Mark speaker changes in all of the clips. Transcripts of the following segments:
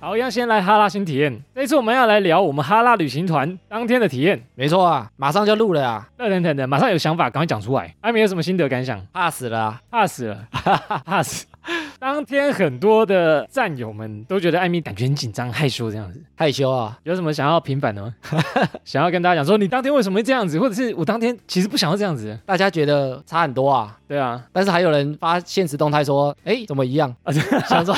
Speaker 1: 好，一样先来哈拉新体验。这一次我们要来聊我们哈拉旅行团当天的体验，
Speaker 2: 没错啊，马上就录了啊，
Speaker 1: 热腾腾的，马上有想法，赶快讲出来。艾米有什么心得感想？
Speaker 2: 怕死了啊，
Speaker 1: 怕死了， 怕死。当天很多的战友们都觉得艾米感觉很紧张、害羞这样子，
Speaker 2: 害羞啊，
Speaker 1: 有什么想要平反的吗？ 想要跟大家讲说，你当天为什么会这样子，或者是我当天其实不想要这样子。
Speaker 2: 大家觉得差很多啊，
Speaker 1: 对啊，
Speaker 2: 但是还有人发现实动态说，哎，怎么一样？想说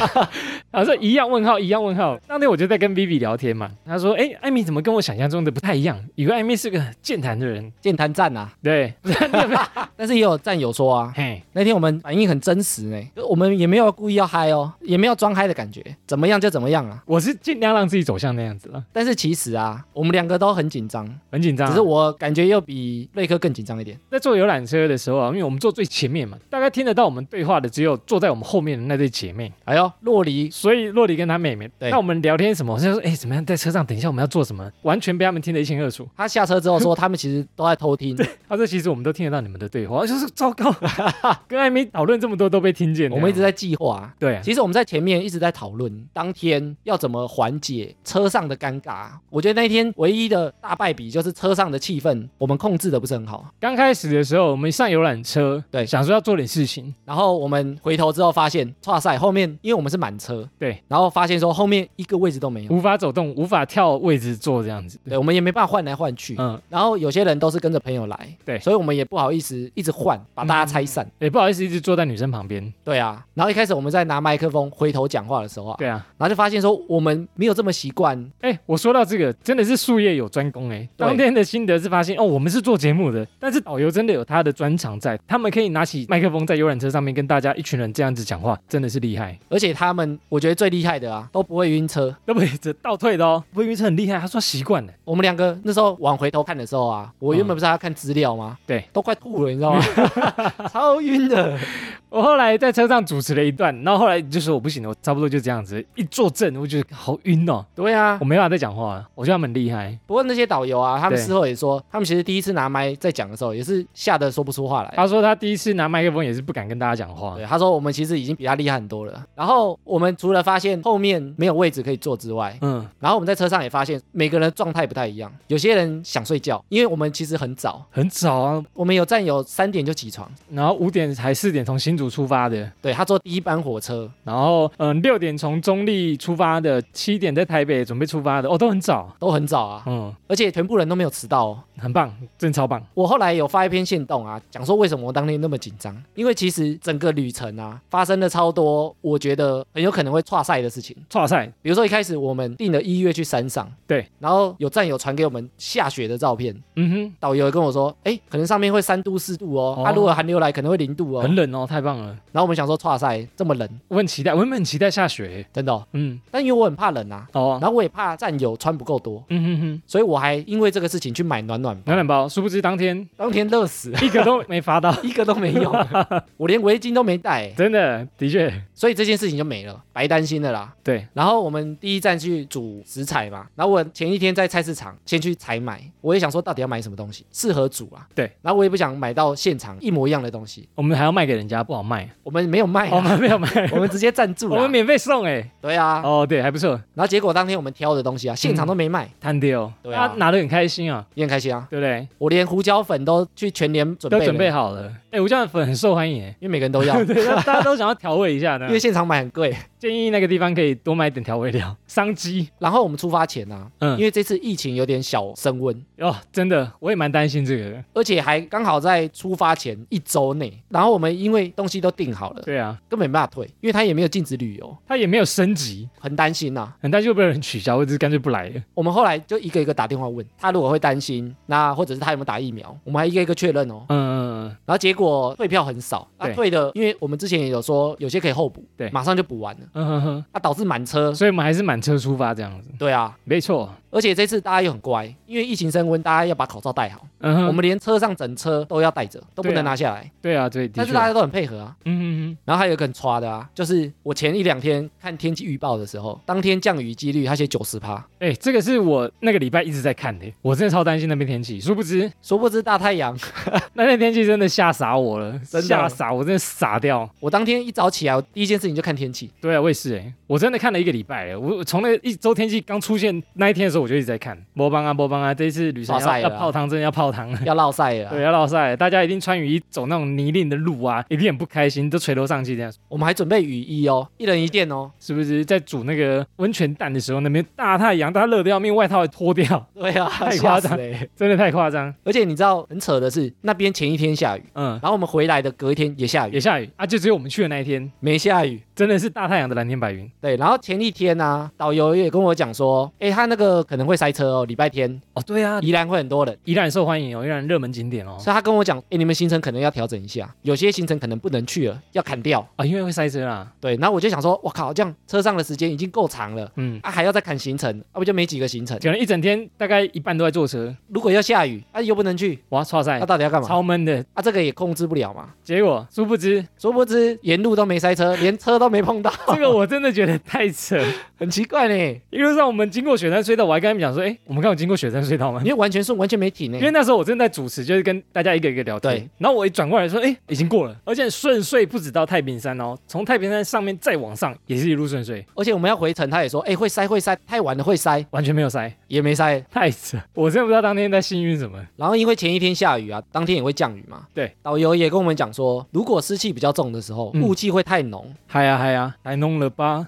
Speaker 1: 啊，这一样问号，一样问号。当天我就在跟 Vivi 聊天嘛，他说，哎，艾米怎么跟我想象中的不太一样？以为艾米是个健谈的人，
Speaker 2: 健谈战啊，
Speaker 1: 对，你有没有？
Speaker 2: 但是也有战友说啊，
Speaker 1: 嘿，
Speaker 2: 那天我们反应很真实呢、就我们也没有故意要嗨哦，也没有装嗨的感觉，怎么样就怎么样啊。
Speaker 1: 我是尽量让自己走向那样子了，
Speaker 2: 但是其实啊，我们两个都很紧张，
Speaker 1: 很紧张啊。
Speaker 2: 只是我感觉又比瑞克更紧张一点。
Speaker 1: 在坐游览车的时候啊，因为我们坐最前面嘛，大概听得到我们对话的只有坐在我们后面的那对姐妹，
Speaker 2: 哎呦，洛黎
Speaker 1: 所以洛里跟她妹妹。
Speaker 2: 对
Speaker 1: 那我们聊天什么，我就说哎、怎么样，在车上等一下我们要做什么，完全被他们听得一清二楚。
Speaker 2: 他下车之后说，他们其实都在偷听，
Speaker 1: 他、啊、说其实我们都听得到你们的对话，我就是糟糕， 跟艾米讨论这么多都被听见了。
Speaker 2: 我们一直在计划、啊。
Speaker 1: 对啊，
Speaker 2: 其实我们在前面一直在讨论当天要怎么缓解车上的尴尬。我觉得那一天唯一的大败笔就是车上的气氛我们控制的不是很好。
Speaker 1: 刚开始的时候我们上游览车，
Speaker 2: 对
Speaker 1: 想说要做点事情，
Speaker 2: 然后我们回头之后发现，哇塞，后面因为我们是满车，
Speaker 1: 对，嗯
Speaker 2: 然后发现说后面一个位置都没有，
Speaker 1: 无法走动，无法跳位置坐这样子。
Speaker 2: 对，我们也没办法换来换去。
Speaker 1: 嗯，
Speaker 2: 然后有些人都是跟着朋友来，
Speaker 1: 对嗯
Speaker 2: 所以我们也不好意思一直换，把大家拆散。
Speaker 1: 也不好意思一直坐在女生旁边。
Speaker 2: 对啊，然后一开始我们在拿麦克风回头讲话的时候啊，
Speaker 1: 对啊，
Speaker 2: 然后就发现说我们没有这么习惯，
Speaker 1: 哎、我说到这个，真的是术业有专攻哎、
Speaker 2: 对
Speaker 1: 当天的心得是发现哦，我们是做节目的，但是导游真的有他的专长在，他们可以拿起麦克风在游览车上面跟大家一群人这样子讲话，真的是厉害。
Speaker 2: 而且他们我觉得最厉害的啊都不会晕车，
Speaker 1: 那不这倒退的哦，不过晕车很厉害，他说习惯了，
Speaker 2: 我们两个那时候往回头看的时候啊，我原本不是还要看资料吗？
Speaker 1: 对，
Speaker 2: 都快吐了，你 知道吗？超晕的。
Speaker 1: 我后来在车上主持了一段，然后后来就说我不行了，我差不多就这样子，一坐正我就觉得好晕哦，
Speaker 2: 对啊
Speaker 1: 我，没办法再讲话了，我觉得他们很厉害。
Speaker 2: 不过那些导游啊，他们
Speaker 1: 对
Speaker 2: 事后也说，他们其实第一次拿麦在讲的时候，也是吓得说不出话来。
Speaker 1: 他说他第一次拿麦克风也是不敢跟大家讲话
Speaker 2: 对，，他说我们其实已经比他厉害很多了。然后我们除了发现后面没有位置可以坐之外，
Speaker 1: 嗯，
Speaker 2: 然后我们在车上也发现每个人状态不太一样，有些人想睡觉，因为我们其实很早，
Speaker 1: 很早啊，
Speaker 2: 我们有战友三点就起床，
Speaker 1: 然后五点还四点从新竹出发的，
Speaker 2: 对他坐第一班火车，
Speaker 1: 然后嗯，六点从中立出发的，七点在台北准备出发的，哦，都很早，
Speaker 2: 都很早啊，
Speaker 1: 嗯，
Speaker 2: 而且全部人都没有迟到哦。
Speaker 1: 很棒，真超棒，
Speaker 2: 我后来有发一篇线动啊，讲说为什么我当天那么紧张，因为其实整个旅程啊发生了超多我觉得很有可能会岔赛的事情。
Speaker 1: 哇赛，
Speaker 2: 比如说一开始我们定了一月去山上，
Speaker 1: 对，
Speaker 2: 然后有战友传给我们下雪的照片，
Speaker 1: 嗯
Speaker 2: 导游也跟我说，哎，可能上面会三度四度哦，
Speaker 1: 哦
Speaker 2: 啊，如果寒流来可能会零度
Speaker 1: 哼，
Speaker 2: 哦。
Speaker 1: 很冷哦，太棒了，
Speaker 2: 然后我们想说，哇塞，这么冷，
Speaker 1: 我很期待，我原本很期待下雪，
Speaker 2: 真的、哦，
Speaker 1: 嗯，
Speaker 2: 但因为我很怕冷啊，
Speaker 1: 哦
Speaker 2: 然，后我也怕战友穿不够多，
Speaker 1: 嗯哼哼，
Speaker 2: 所以我还因为这个事情去买暖暖包，
Speaker 1: 暖暖包，殊不知当天
Speaker 2: 当天热死，
Speaker 1: 一个都没发到，
Speaker 2: 一个都没有，我连围巾都没带、欸
Speaker 1: 真的，的确，
Speaker 2: 所以这件事情就没了，白担心了啦。
Speaker 1: 对，
Speaker 2: 然后我们第一站去煮食材嘛，然后我前一天在菜市场先去采买，我也想说到底要买什么东西适合煮啊。
Speaker 1: 对，
Speaker 2: 然后我也不想买到现场一模一样的东西，
Speaker 1: 我们还要卖给人家，不好 卖，哎
Speaker 2: 我们没有卖、
Speaker 1: 我
Speaker 2: 啊，
Speaker 1: 们哦没有卖，
Speaker 2: 我们直接赞助
Speaker 1: 我
Speaker 2: 了
Speaker 1: 们。免费送哎，
Speaker 2: 对啊，
Speaker 1: 哦，对，还不错，
Speaker 2: 然后结果当天我们挑的东西啊，现场都没卖，
Speaker 1: 摊掉，
Speaker 2: 对啊
Speaker 1: 他拿的很开心啊，
Speaker 2: 也很开心啊。
Speaker 1: 对不对？
Speaker 2: 我连胡椒粉都去全年准
Speaker 1: 都
Speaker 2: 备了，
Speaker 1: 准备好了，哎，我这样粉很受欢迎哎。
Speaker 2: 因为每个人都要，
Speaker 1: 对，大家都想要调味一 下的
Speaker 2: 因，为现场买很贵。
Speaker 1: 建议那个地方可以多买一点调味料， 商机。
Speaker 2: 然后我们出发前啊，
Speaker 1: 嗯
Speaker 2: 因为这次疫情有点小升温，
Speaker 1: 哦，真的，我也蛮担心这个的。
Speaker 2: 而且还刚好在出发前一周内，然后我们因为东西都订好了，
Speaker 1: 对啊，
Speaker 2: 根本没办法退，因为他也没有禁止旅游，
Speaker 1: 他也没有升级，
Speaker 2: 很担心呐、
Speaker 1: 很担心会被人取消，或者是干脆不来了。
Speaker 2: 我们后来就一个一个打电话问他，如果会担心，那或者是他有没有打疫苗，我们还一个一个确认哦。
Speaker 1: 嗯嗯
Speaker 2: 然后结果退票很少，啊
Speaker 1: 对
Speaker 2: 退的，因为我们之前也有说有些可以候补，
Speaker 1: 对
Speaker 2: 马上就补完了，
Speaker 1: 嗯哼哼，
Speaker 2: 啊导致满车，
Speaker 1: 所以我们还是满车出发这样子。
Speaker 2: 对啊，
Speaker 1: 没错，
Speaker 2: 而且这次大家又很乖，因为疫情升温，大家要把口罩戴好，
Speaker 1: 嗯哼，
Speaker 2: 我们连车上整车都要戴着，都不
Speaker 1: 对啊
Speaker 2: 能拿下来，
Speaker 1: 对啊，对，的
Speaker 2: 但
Speaker 1: 确
Speaker 2: 是大家都很配合的啊，
Speaker 1: 嗯嗯
Speaker 2: 然后还有一个很差的啊，就是我前一两天看天气预报的时候，当天降雨几率他写九十趴，
Speaker 1: 嗯，哎、这个是我那个礼拜一直在看的，我真的超担心那边天气，殊不知
Speaker 2: 殊不知大太阳，
Speaker 1: 那天天气真的吓傻我了，
Speaker 2: 的
Speaker 1: 吓傻我，真的傻掉。
Speaker 2: 我当天一早起来，我第一件事情就看 天气，
Speaker 1: 对啊，我也是哎，我真的看了一个礼拜了，欸我我从那一周天气刚出现那一天的时候，我就一直在看。波邦啊波邦啊，这一次旅程
Speaker 2: 哇
Speaker 1: 要
Speaker 2: 塞
Speaker 1: 要
Speaker 2: 了啊
Speaker 1: 泡汤，真的要泡 汤了。
Speaker 2: 要落晒了啊、
Speaker 1: 对，要落晒，大家一定穿雨衣走那种泥泞的路啊，一定很不开心，都垂头丧气这样，
Speaker 2: 我们还准备雨衣哦，一人一件哦。
Speaker 1: 是不是？在煮那个温泉蛋的时候，那边大太阳，大家热得要命，外套还脱掉，
Speaker 2: 对啊，
Speaker 1: 太
Speaker 2: 吓
Speaker 1: 夸
Speaker 2: 死
Speaker 1: 张
Speaker 2: 了欸。
Speaker 1: 真的太夸张。
Speaker 2: 而且你知道很扯的是，那边前一天下 雨，
Speaker 1: 嗯，
Speaker 2: 然后我们回来的隔一天也下雨，
Speaker 1: 也下雨啊，就只有我们去的那一天，
Speaker 2: 没下雨。
Speaker 1: 真的是大太阳的蓝天白云。
Speaker 2: 对，然后前一天呢、啊导游也跟我讲说，哎，他那个可能会塞车哦，礼拜天
Speaker 1: 哦，对啊，
Speaker 2: 宜兰会很多人，
Speaker 1: 依然受欢迎哦，依然热门景点哦。
Speaker 2: 所以他跟我讲，哎，你们行程可能要调整一下，有些行程可能不能去了，要砍掉。
Speaker 1: 啊，因为会塞车啦。
Speaker 2: 对，然后我就想说，我靠，这样车上的时间已经够长了。
Speaker 1: 嗯，
Speaker 2: 啊，还要再砍行程，啊不就没几个行程？
Speaker 1: 可能一整天大概一半都在坐车，
Speaker 2: 如果要下雨，啊又不能去，
Speaker 1: 哇，超塞
Speaker 2: 那、，到底要干嘛？
Speaker 1: 超闷的。
Speaker 2: 啊，这个也控制不了嘛。
Speaker 1: 结果殊不 知，
Speaker 2: 殊不知沿路都没塞车，连车都没碰到，
Speaker 1: 这个我真的觉得太 扯。
Speaker 2: 很奇怪呢。
Speaker 1: 一路上我们经过雪山隧道，我还跟他们讲说，哎，我们刚有经过雪山隧道吗
Speaker 2: 因？为完全顺，完全没停呢
Speaker 1: 因。为那时候我正在主持，就是跟大家一个一个聊天
Speaker 2: 对。
Speaker 1: 然后我一转过来说，哎，已经过了，而且顺遂不止到太平山哦，从太平山上面再往上也是一路顺遂，
Speaker 2: 而且我们要回程，他也说，哎，会塞会塞，太晚了会塞，
Speaker 1: 完全没有塞，
Speaker 2: 也没塞。
Speaker 1: 太扯！我真的不知道当天在幸运什么。
Speaker 2: 然后因为前一天下雨啊，当天也会降雨嘛。
Speaker 1: 对，
Speaker 2: 导游也跟我们讲说，如果湿气比较重的时候，
Speaker 1: 嗯
Speaker 2: 雾气会太浓。
Speaker 1: 嗨呀嗨呀，还弄了 吧？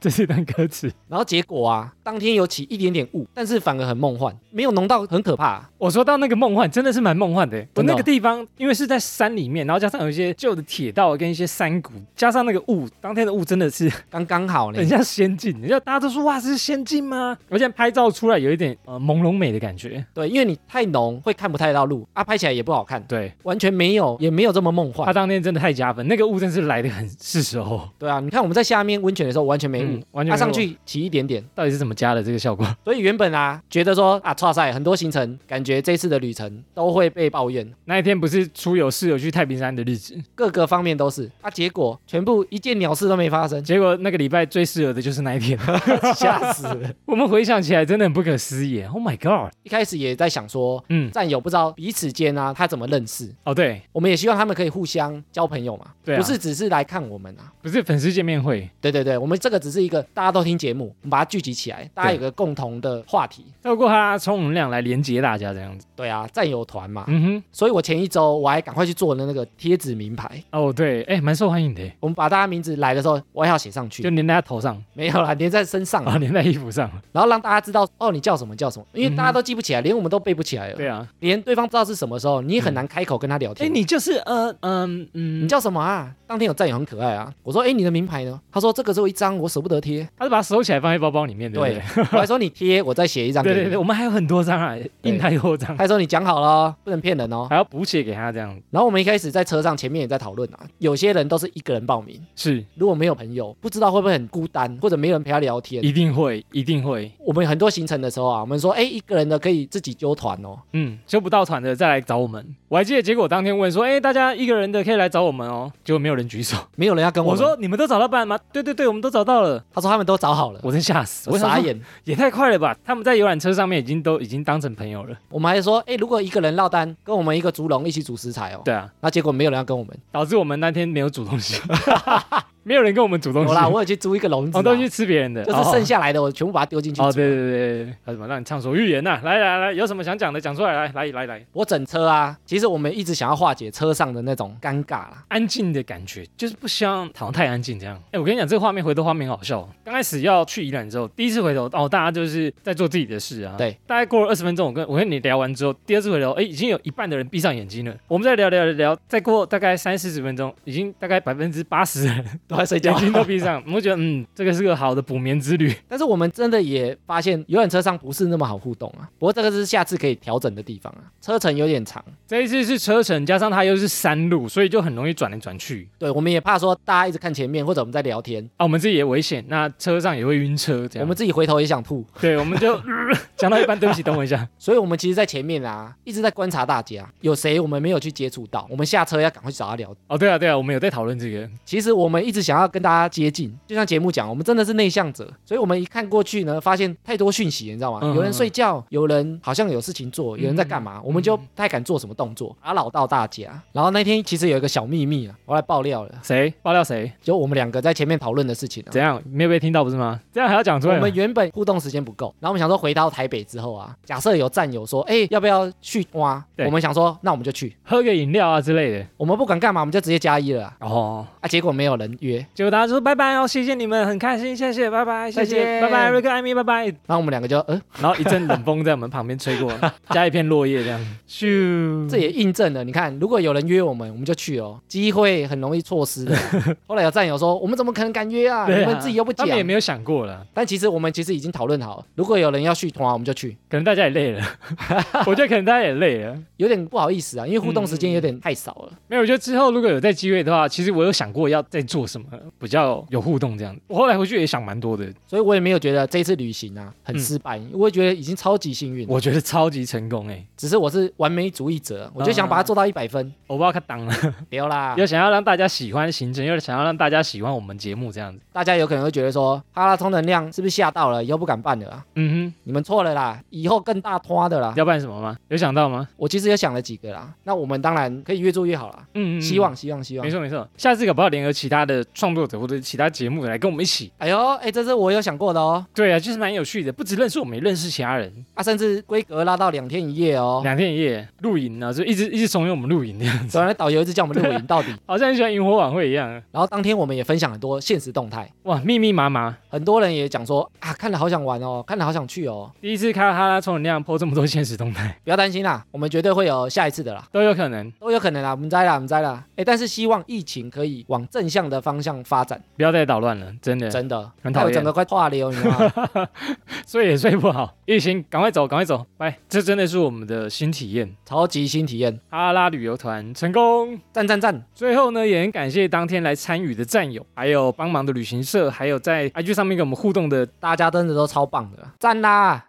Speaker 1: 这是一段歌词。
Speaker 2: 然后结果啊，当天有起一点点雾，但是反而很梦幻，没有浓到很可怕、
Speaker 1: 我说到那个梦幻，真的是蛮梦幻的。欸我
Speaker 2: 真的
Speaker 1: 那
Speaker 2: 哦
Speaker 1: 个地方，因为是在山里面，然后加上有一些旧的铁道跟一些山谷，加上那个雾，当天的雾真的是
Speaker 2: 刚刚好呢
Speaker 1: 很。像仙境。人家大家都说哇，这是仙境吗？而且拍照出来有一点呃朦胧美的感觉。
Speaker 2: 对，因为你太浓会看不太到路啊，拍起来也不好看，
Speaker 1: 对
Speaker 2: 完全没有，也没有这么梦幻
Speaker 1: 他。当天真的太加分，那个雾真是来的很是时候。
Speaker 2: 对啊，你看我们在下面温泉的时候完全没雾
Speaker 1: 嗯，完全没有
Speaker 2: 啊上去起一点点，
Speaker 1: 到底是怎么加的这个效果？
Speaker 2: 所以原本啊觉得说啊，哇塞，很多行程感觉这次的旅程都会被抱怨，
Speaker 1: 那一天不是出游室友去太平山的日子，，
Speaker 2: 各个方面都是啊，结果全部一件鸟事都没发生
Speaker 1: 结果那个礼拜最适合的就是那一天。
Speaker 2: 吓死了。
Speaker 1: 我们回想起来真的很不可思议耶，Oh my god！
Speaker 2: 一开始也在想说，
Speaker 1: 嗯，
Speaker 2: 战友不知道彼此间啊他怎么认识，
Speaker 1: 哦对，
Speaker 2: 我们也希望他们可以互相交朋友嘛，
Speaker 1: 对啊
Speaker 2: 不是只是来看我们啊。
Speaker 1: 不是粉丝见面会，
Speaker 2: 对对对，我们这个只是一个大家都听节目，我们把它聚集起来，大家
Speaker 1: 对
Speaker 2: 有个共同的话题。
Speaker 1: 透过它充能量来连接大家这样子。
Speaker 2: 对啊，战友团嘛，
Speaker 1: 嗯
Speaker 2: 所以我前一周我还赶快去做了那个贴纸名牌，
Speaker 1: 哼，哦对，哎，蛮受欢迎的耶，
Speaker 2: 我们把大家名字来的时候，我还要写上
Speaker 1: 就
Speaker 2: 去，
Speaker 1: 粘在他头上，
Speaker 2: 没有啦，粘在身上
Speaker 1: 啊、
Speaker 2: 啦，
Speaker 1: 粘在衣服上。
Speaker 2: 然后让大家知道哦，你叫什么叫什么，因
Speaker 1: 嗯
Speaker 2: 为大家都记不起来，连我们都背不起来了，
Speaker 1: 对啊，
Speaker 2: 连对方不知道是什么时候，你也很难开口跟他聊
Speaker 1: 哎，
Speaker 2: 天。
Speaker 1: 你就是呃嗯嗯，
Speaker 2: 你叫什么啊？当天有战友很可爱啊，我说哎，你的名牌呢？他说这个只有一张，我舍不得贴。
Speaker 1: 他是把它收起来放在包包里面，对不
Speaker 2: 对
Speaker 1: 对？，
Speaker 2: 我还说你贴，我再写一张给
Speaker 1: 对
Speaker 2: 你。
Speaker 1: 对对，我们还有很多张啊，印太多张，
Speaker 2: 他说你讲好了哦，不能骗人哦。
Speaker 1: 还要补写给他这样。
Speaker 2: 然后我们一开始在车上前面也在讨论啊，有些人都是一个人报名，
Speaker 1: 是，
Speaker 2: 如果没有朋友，不知道会不会很孤单，或者没人陪他聊天。
Speaker 1: 一定会，一定会。
Speaker 2: 我们很多行程的时候啊，我们说，哎，一个人的可以自己揪团哦。
Speaker 1: 嗯，修不到团的再来找我们。我还记得结果当天问说，哎，大家一个人的可以来找我们哦，结果没有人举手。
Speaker 2: 没有人要跟
Speaker 1: 我
Speaker 2: 我们
Speaker 1: 说，你们都找到伴吗？对对对，我们都找到了。
Speaker 2: 他说他们都找好了，
Speaker 1: 我真吓死，
Speaker 2: 我
Speaker 1: 我想
Speaker 2: 傻
Speaker 1: 说
Speaker 2: 眼。
Speaker 1: 也太快了吧！他们在游览车上面已经都已经当成朋友了。
Speaker 2: 我们还说，哎，如果一个人落单，跟我们一个竹笼一起煮食材哦。
Speaker 1: 对啊，
Speaker 2: 那结果没有人要跟我们。
Speaker 1: 导致我们那天没有煮东西，没有人跟我们煮东西。
Speaker 2: 有啦，我有去租一个笼子啊，
Speaker 1: 哦，都去吃别人的，
Speaker 2: 就是剩
Speaker 1: 下。
Speaker 2: 下来的我全部把它丢进去煮。
Speaker 1: 哦，对对对对对，还有什么让你畅所欲言呐、来来来，有什么想讲的讲出来，来来来来，
Speaker 2: 我整车啊，其实我们一直想要化解车上的那种尴尬啦。
Speaker 1: 安静的感觉，就是不希望好像太安静这样。哎，我跟你讲，这个画面回头画面很好笑哦。刚开始要去宜兰之后，第一次回头哦，大家就是在做自己的事啊。
Speaker 2: 对，
Speaker 1: 大概过了二十分钟，我跟我跟你聊完之后，第二次回头，哎，已经有一半的人闭上眼睛了。我们再聊聊聊聊，再过大概三四十分钟，已经大概百分之八十人
Speaker 2: 都在睡觉
Speaker 1: 眼。睛都闭上，我会觉得嗯，这个是个好的补眠之 旅。
Speaker 2: 但是我们真的也发现游览车上不是那么好互动啊。不过这个是下次可以调整的地方啊，车程有点长。
Speaker 1: 这一次是车程，加上它又是山路，所以就很容易转来转去
Speaker 2: 对，我们也怕说大家一直看前面，或者我们在聊天，
Speaker 1: 啊，我们自己也危险，那车上也会晕车这样。
Speaker 2: 我们自己回头也想吐，
Speaker 1: 对，我们 就讲到一半，对不起，等我一 下。
Speaker 2: 所以我们其实，在前面啊，一直在观察大家，有谁我们没有去接触到，我们下车要赶快去找他聊。
Speaker 1: 哦，对啊，对啊，我们有在讨论这个，
Speaker 2: 其实我们一直想要跟大家接近，就像节目讲，我们真的是内向者，所以我们一看过去呢，发现太多讯息，你知道吗？
Speaker 1: 嗯
Speaker 2: 有人睡觉，有人好像有事情做，有人在干嘛，我们就
Speaker 1: 嗯
Speaker 2: 不太敢做什么动作，打扰到大家。然后那天其实有一个小秘密啊，我来爆料了，
Speaker 1: 谁爆料谁？
Speaker 2: 就我们两个在前面讨论的事情啊。
Speaker 1: 怎样？没有被听到不是吗？这样还要讲出来
Speaker 2: 我
Speaker 1: 吗？
Speaker 2: 们原本互动时间不够，然后我们想说回到台北之后啊，假设有战友说，哎、要不要去挖？
Speaker 1: 对
Speaker 2: 我们想说，那我们就去，
Speaker 1: 喝个饮料啊之类的。
Speaker 2: 我们不管干嘛，我们就直接加一了啊。
Speaker 1: 哦，
Speaker 2: 啊结果没有人约，
Speaker 1: 结果大家说拜拜哦，谢谢你们，很开心，谢谢，拜拜，谢
Speaker 2: 再
Speaker 1: 谢，
Speaker 2: 见
Speaker 1: 拜拜，瑞克、艾米，拜拜。
Speaker 2: 然后我们两个就，呃，
Speaker 1: 然后一阵冷风在我们旁边吹 过，加一片落叶这样， 咻。
Speaker 2: 这也印证了，你看，如果有人约我们，我们就去哦，机会很容易错 失的。后来有战友说，我们怎么可能敢约啊？
Speaker 1: 对
Speaker 2: 你
Speaker 1: 啊
Speaker 2: 们自己又不
Speaker 1: 他
Speaker 2: 讲
Speaker 1: 们也。没有想过了，
Speaker 2: 但其实我们其实已经讨论好，如果有人要续团，我们就去。
Speaker 1: 可能大家也累了， 我觉得可能大家也累了。
Speaker 2: 有点不好意思啊，因为互动时间
Speaker 1: 嗯
Speaker 2: 有点太少了。
Speaker 1: 没有，我觉得之后如果有再机会的话，其实我有想过要再做什么比较有互动这样。我后来回去也想蛮多的，
Speaker 2: 所以我也没有觉得这一次旅行啊很
Speaker 1: 嗯
Speaker 2: 失败，我也觉得已经超级幸运了。
Speaker 1: 我觉得超级成功哎、
Speaker 2: 只是我是完美主义者，我就想
Speaker 1: 啊
Speaker 2: 把它做到一百 分。
Speaker 1: 我不知道他当 了，
Speaker 2: 不要啦，
Speaker 1: 又想要让大家喜欢行程，又想要让大家喜欢我们节目这样子。
Speaker 2: 大家有可能会觉得说，哈拉充能量是不是吓到了，以后不敢办了啊？
Speaker 1: 嗯
Speaker 2: 你们错了啦，以后更大拖的啦
Speaker 1: 哼，。要办什么吗？有想到吗？
Speaker 2: 我其实也想了几个啦，那我们当然可以越做越好啦。
Speaker 1: 嗯嗯嗯
Speaker 2: 希望，希望，希望
Speaker 1: 没。错没错，下次搞不好联合其他的创作者或者其他节目来跟我们一起。
Speaker 2: 哎呦，哎，这是我有想过的哦。
Speaker 1: 对啊，就是蛮有趣的，不只认识我们，也认识其他人。
Speaker 2: 啊，甚至规格拉到两天一夜哦。
Speaker 1: 两天一夜露营啊，就一直一直怂恿我们露营这样子，
Speaker 2: 本来导游一直叫我们露营到底，
Speaker 1: 好像很喜欢萤火晚会一样。
Speaker 2: 然后当天我们也分享很多现实动态，
Speaker 1: 哇，密密麻麻，
Speaker 2: 很多人也讲说啊，看了好想玩哦，看了好想去哦。
Speaker 1: 第一次看到哈拉充能量 po 这么多现实动态，
Speaker 2: 不要担心啦，我们绝对会有下一次的啦。
Speaker 1: 都有可能。
Speaker 2: 都有可能啦，我们栽啦，我们栽啦。哎，但是希望疫情可以往正向的方向发展，
Speaker 1: 不要再捣乱了，真的，
Speaker 2: 真的，
Speaker 1: 很讨厌
Speaker 2: 我整个快化流，你知道吗？
Speaker 1: 睡也睡不好。疫情，赶快走，赶快走，拜！这真的是我们的新体验，
Speaker 2: 超级新体验，
Speaker 1: 哈拉旅游团成功。
Speaker 2: 赞赞赞！
Speaker 1: 最后呢，也很感谢当天来参与的战友，还有帮忙的旅行社，还有在 IG 上面跟我们互动的。
Speaker 2: 大家真的都超棒的，赞啦！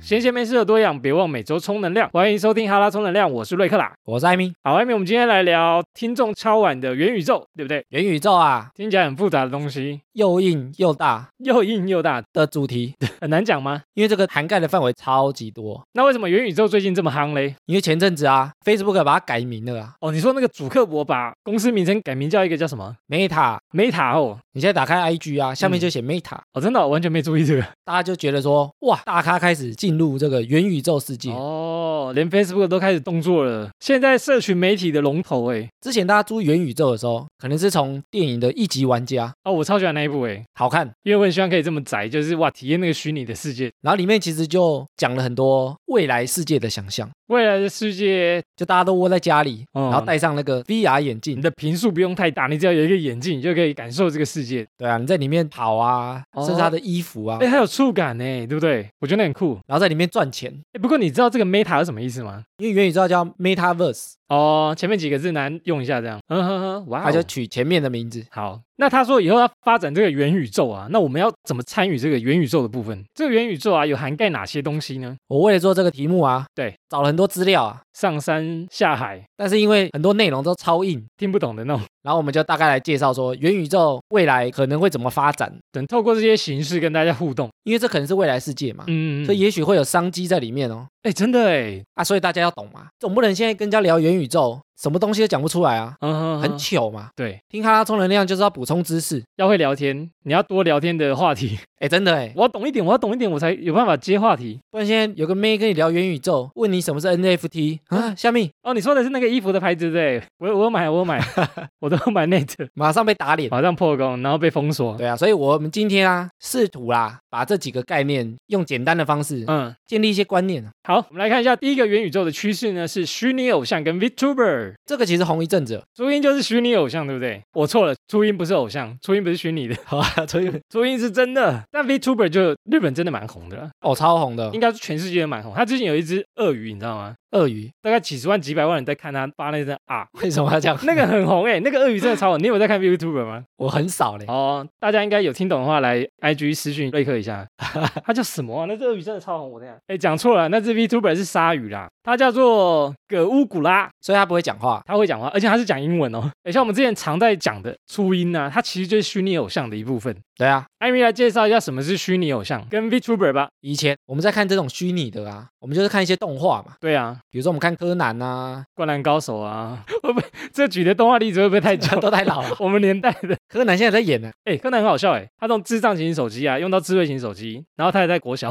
Speaker 1: 闲闲没事的多养，别忘每周充能量。欢迎收听哈拉充能量，我是瑞克啦。
Speaker 2: 我是艾米，
Speaker 1: 好，外面我们今天来聊听众敲碗的元宇宙，对不对？
Speaker 2: 元宇宙啊，
Speaker 1: 听起来很复杂的东西，
Speaker 2: 又硬又大
Speaker 1: 又硬又大，
Speaker 2: 的主题，
Speaker 1: 很难讲吗？
Speaker 2: 因为这个涵盖的范围超级多。
Speaker 1: 那为什么元宇宙最近这么夯嘞？
Speaker 2: 因为前阵子啊，Facebook 把它改名了啊
Speaker 1: 哦，你说那个主克伯把公司名称改名叫一个叫什么
Speaker 2: ，Meta。
Speaker 1: Meta 哦？
Speaker 2: 你现在打开 IG 啊，下面就写 Meta，、
Speaker 1: 哦，真的、哦、完全没注意这个。
Speaker 2: 大家就觉得说，哇，大咖开始进入这个元宇宙世界。
Speaker 1: 哦，连 Facebook 都开始动作了，现在社群媒体的龙头哎。
Speaker 2: 之前大家租元宇宙的时候，可能是从电影的一级玩家
Speaker 1: 哦，我超喜欢那一部哎，
Speaker 2: 好看，
Speaker 1: 因为我很希望可以这么宅，就是哇，体验那个虚拟的世界。
Speaker 2: 然后里面其实就讲了很多未来世界的想象，
Speaker 1: 未来的世界，
Speaker 2: 就大家都窝在家里，
Speaker 1: 嗯
Speaker 2: 然后戴上那个 VR 眼
Speaker 1: 你
Speaker 2: 镜，
Speaker 1: 的频数不用太大，你只要有一个眼镜，你就可以感受这个世界。
Speaker 2: 对啊，你在里面跑啊，
Speaker 1: 哦
Speaker 2: 甚至他的衣服啊，
Speaker 1: 哎，它有触感哎，对不对？我觉得那很酷。
Speaker 2: 然后在里面赚钱，
Speaker 1: 哎，不过你知道这个 Meta 是什么意思吗？
Speaker 2: 因为元宇宙叫 MetaVerse，
Speaker 1: 哦，前面几个字难用一下，这样。嗯哼哼，哇哦、
Speaker 2: 它就取前面的名字。
Speaker 1: 好，那他说以后要发展这个元宇宙啊，那我们要怎么参与这个元宇宙的部分？这个元宇宙啊，有涵盖哪些东西呢？
Speaker 2: 我为了做这个题目啊，
Speaker 1: 对，
Speaker 2: 找了很多资料啊，
Speaker 1: 上山下海
Speaker 2: 但是因为很多内容都超硬，
Speaker 1: 听不懂的那种，
Speaker 2: 然后我们就大概来介绍说元宇宙未来可能会怎么发展，
Speaker 1: 等透过这些形式跟大家互动。
Speaker 2: 因为这可能是未来世界嘛，
Speaker 1: 嗯，
Speaker 2: 啊所以
Speaker 1: 以
Speaker 2: 也许会有商机在里面哦。
Speaker 1: 哎，真的哎，
Speaker 2: 啊，所以大家要懂嘛，总不能现在跟人家聊元宇宙，什么东西都讲不出来啊，
Speaker 1: 嗯，
Speaker 2: 很糗嘛。
Speaker 1: 对，
Speaker 2: 听哈拉充能量就是要补充知识，
Speaker 1: 要会聊天，你要多聊天的话题。
Speaker 2: 哎，真的哎，
Speaker 1: 我要懂一点，我要懂一点，我才有办法接话题。
Speaker 2: 不然现在有个妹跟你聊元宇宙，问你什么是 NFT 啊，夏蜜
Speaker 1: 哦，你说的是那个衣服的牌子对不对？我有我有买，我有 买，我都有买 net，
Speaker 2: 马上被打脸。
Speaker 1: 马上破功，然后被封锁。
Speaker 2: 对啊，所以我们今天啊，试图啦，把这几个概念用简单的方式
Speaker 1: 嗯，
Speaker 2: 建立一些观念啊。
Speaker 1: 好，我们来看一下第一个元宇宙的趋势呢，是虚拟偶像跟 VTuber。
Speaker 2: 这个其实红一阵子了，
Speaker 1: 初音就是虚拟偶像，对不对？我错了，初音不是偶像，初音不是虚拟的，
Speaker 2: 好 啊，所以
Speaker 1: 初音是真的。但 VTuber 就日本真的蛮红的啦，
Speaker 2: 哦，超红的
Speaker 1: 应该是全世界都蛮红。他之前有一只鳄鱼，你知道吗？
Speaker 2: 鳄鱼，
Speaker 1: 大概几十万、几百万人在看他发那张啊，
Speaker 2: 为什么要这样？
Speaker 1: 那个很红哎、那个鳄鱼真的超红。你有在看 VTuber 吗？
Speaker 2: 我很少嘞，
Speaker 1: 哦，大家应该有听懂的话，来 IG 私讯瑞克一下， 它叫什么啊？那只鳄鱼真的超红，我这样，哎，讲错了，那只 VTuber 是鲨鱼啦，它叫做葛乌古拉，
Speaker 2: 所以他不会讲话。
Speaker 1: 它会讲话，而且它是讲英文哦。 哎，像我们之前常在讲的初音啊呢、它其实就是虚拟偶像的一部分。
Speaker 2: 对啊，
Speaker 1: 艾米来介绍一下什么是虚拟偶像跟 VTuber 吧。
Speaker 2: 以前我们在看这种虚拟的啊，我们就是看一些动画嘛，
Speaker 1: 对啊，
Speaker 2: 比如说我们看柯南 啊，
Speaker 1: 灌篮高手啊， 会不会这举的动画例子会不会 太久？
Speaker 2: 都太老了。
Speaker 1: 我们年代的，
Speaker 2: 柯南现在在演呢、
Speaker 1: 哎，柯南很好笑哎，他从智障型手机啊用到智慧型手机，然后他也在 国小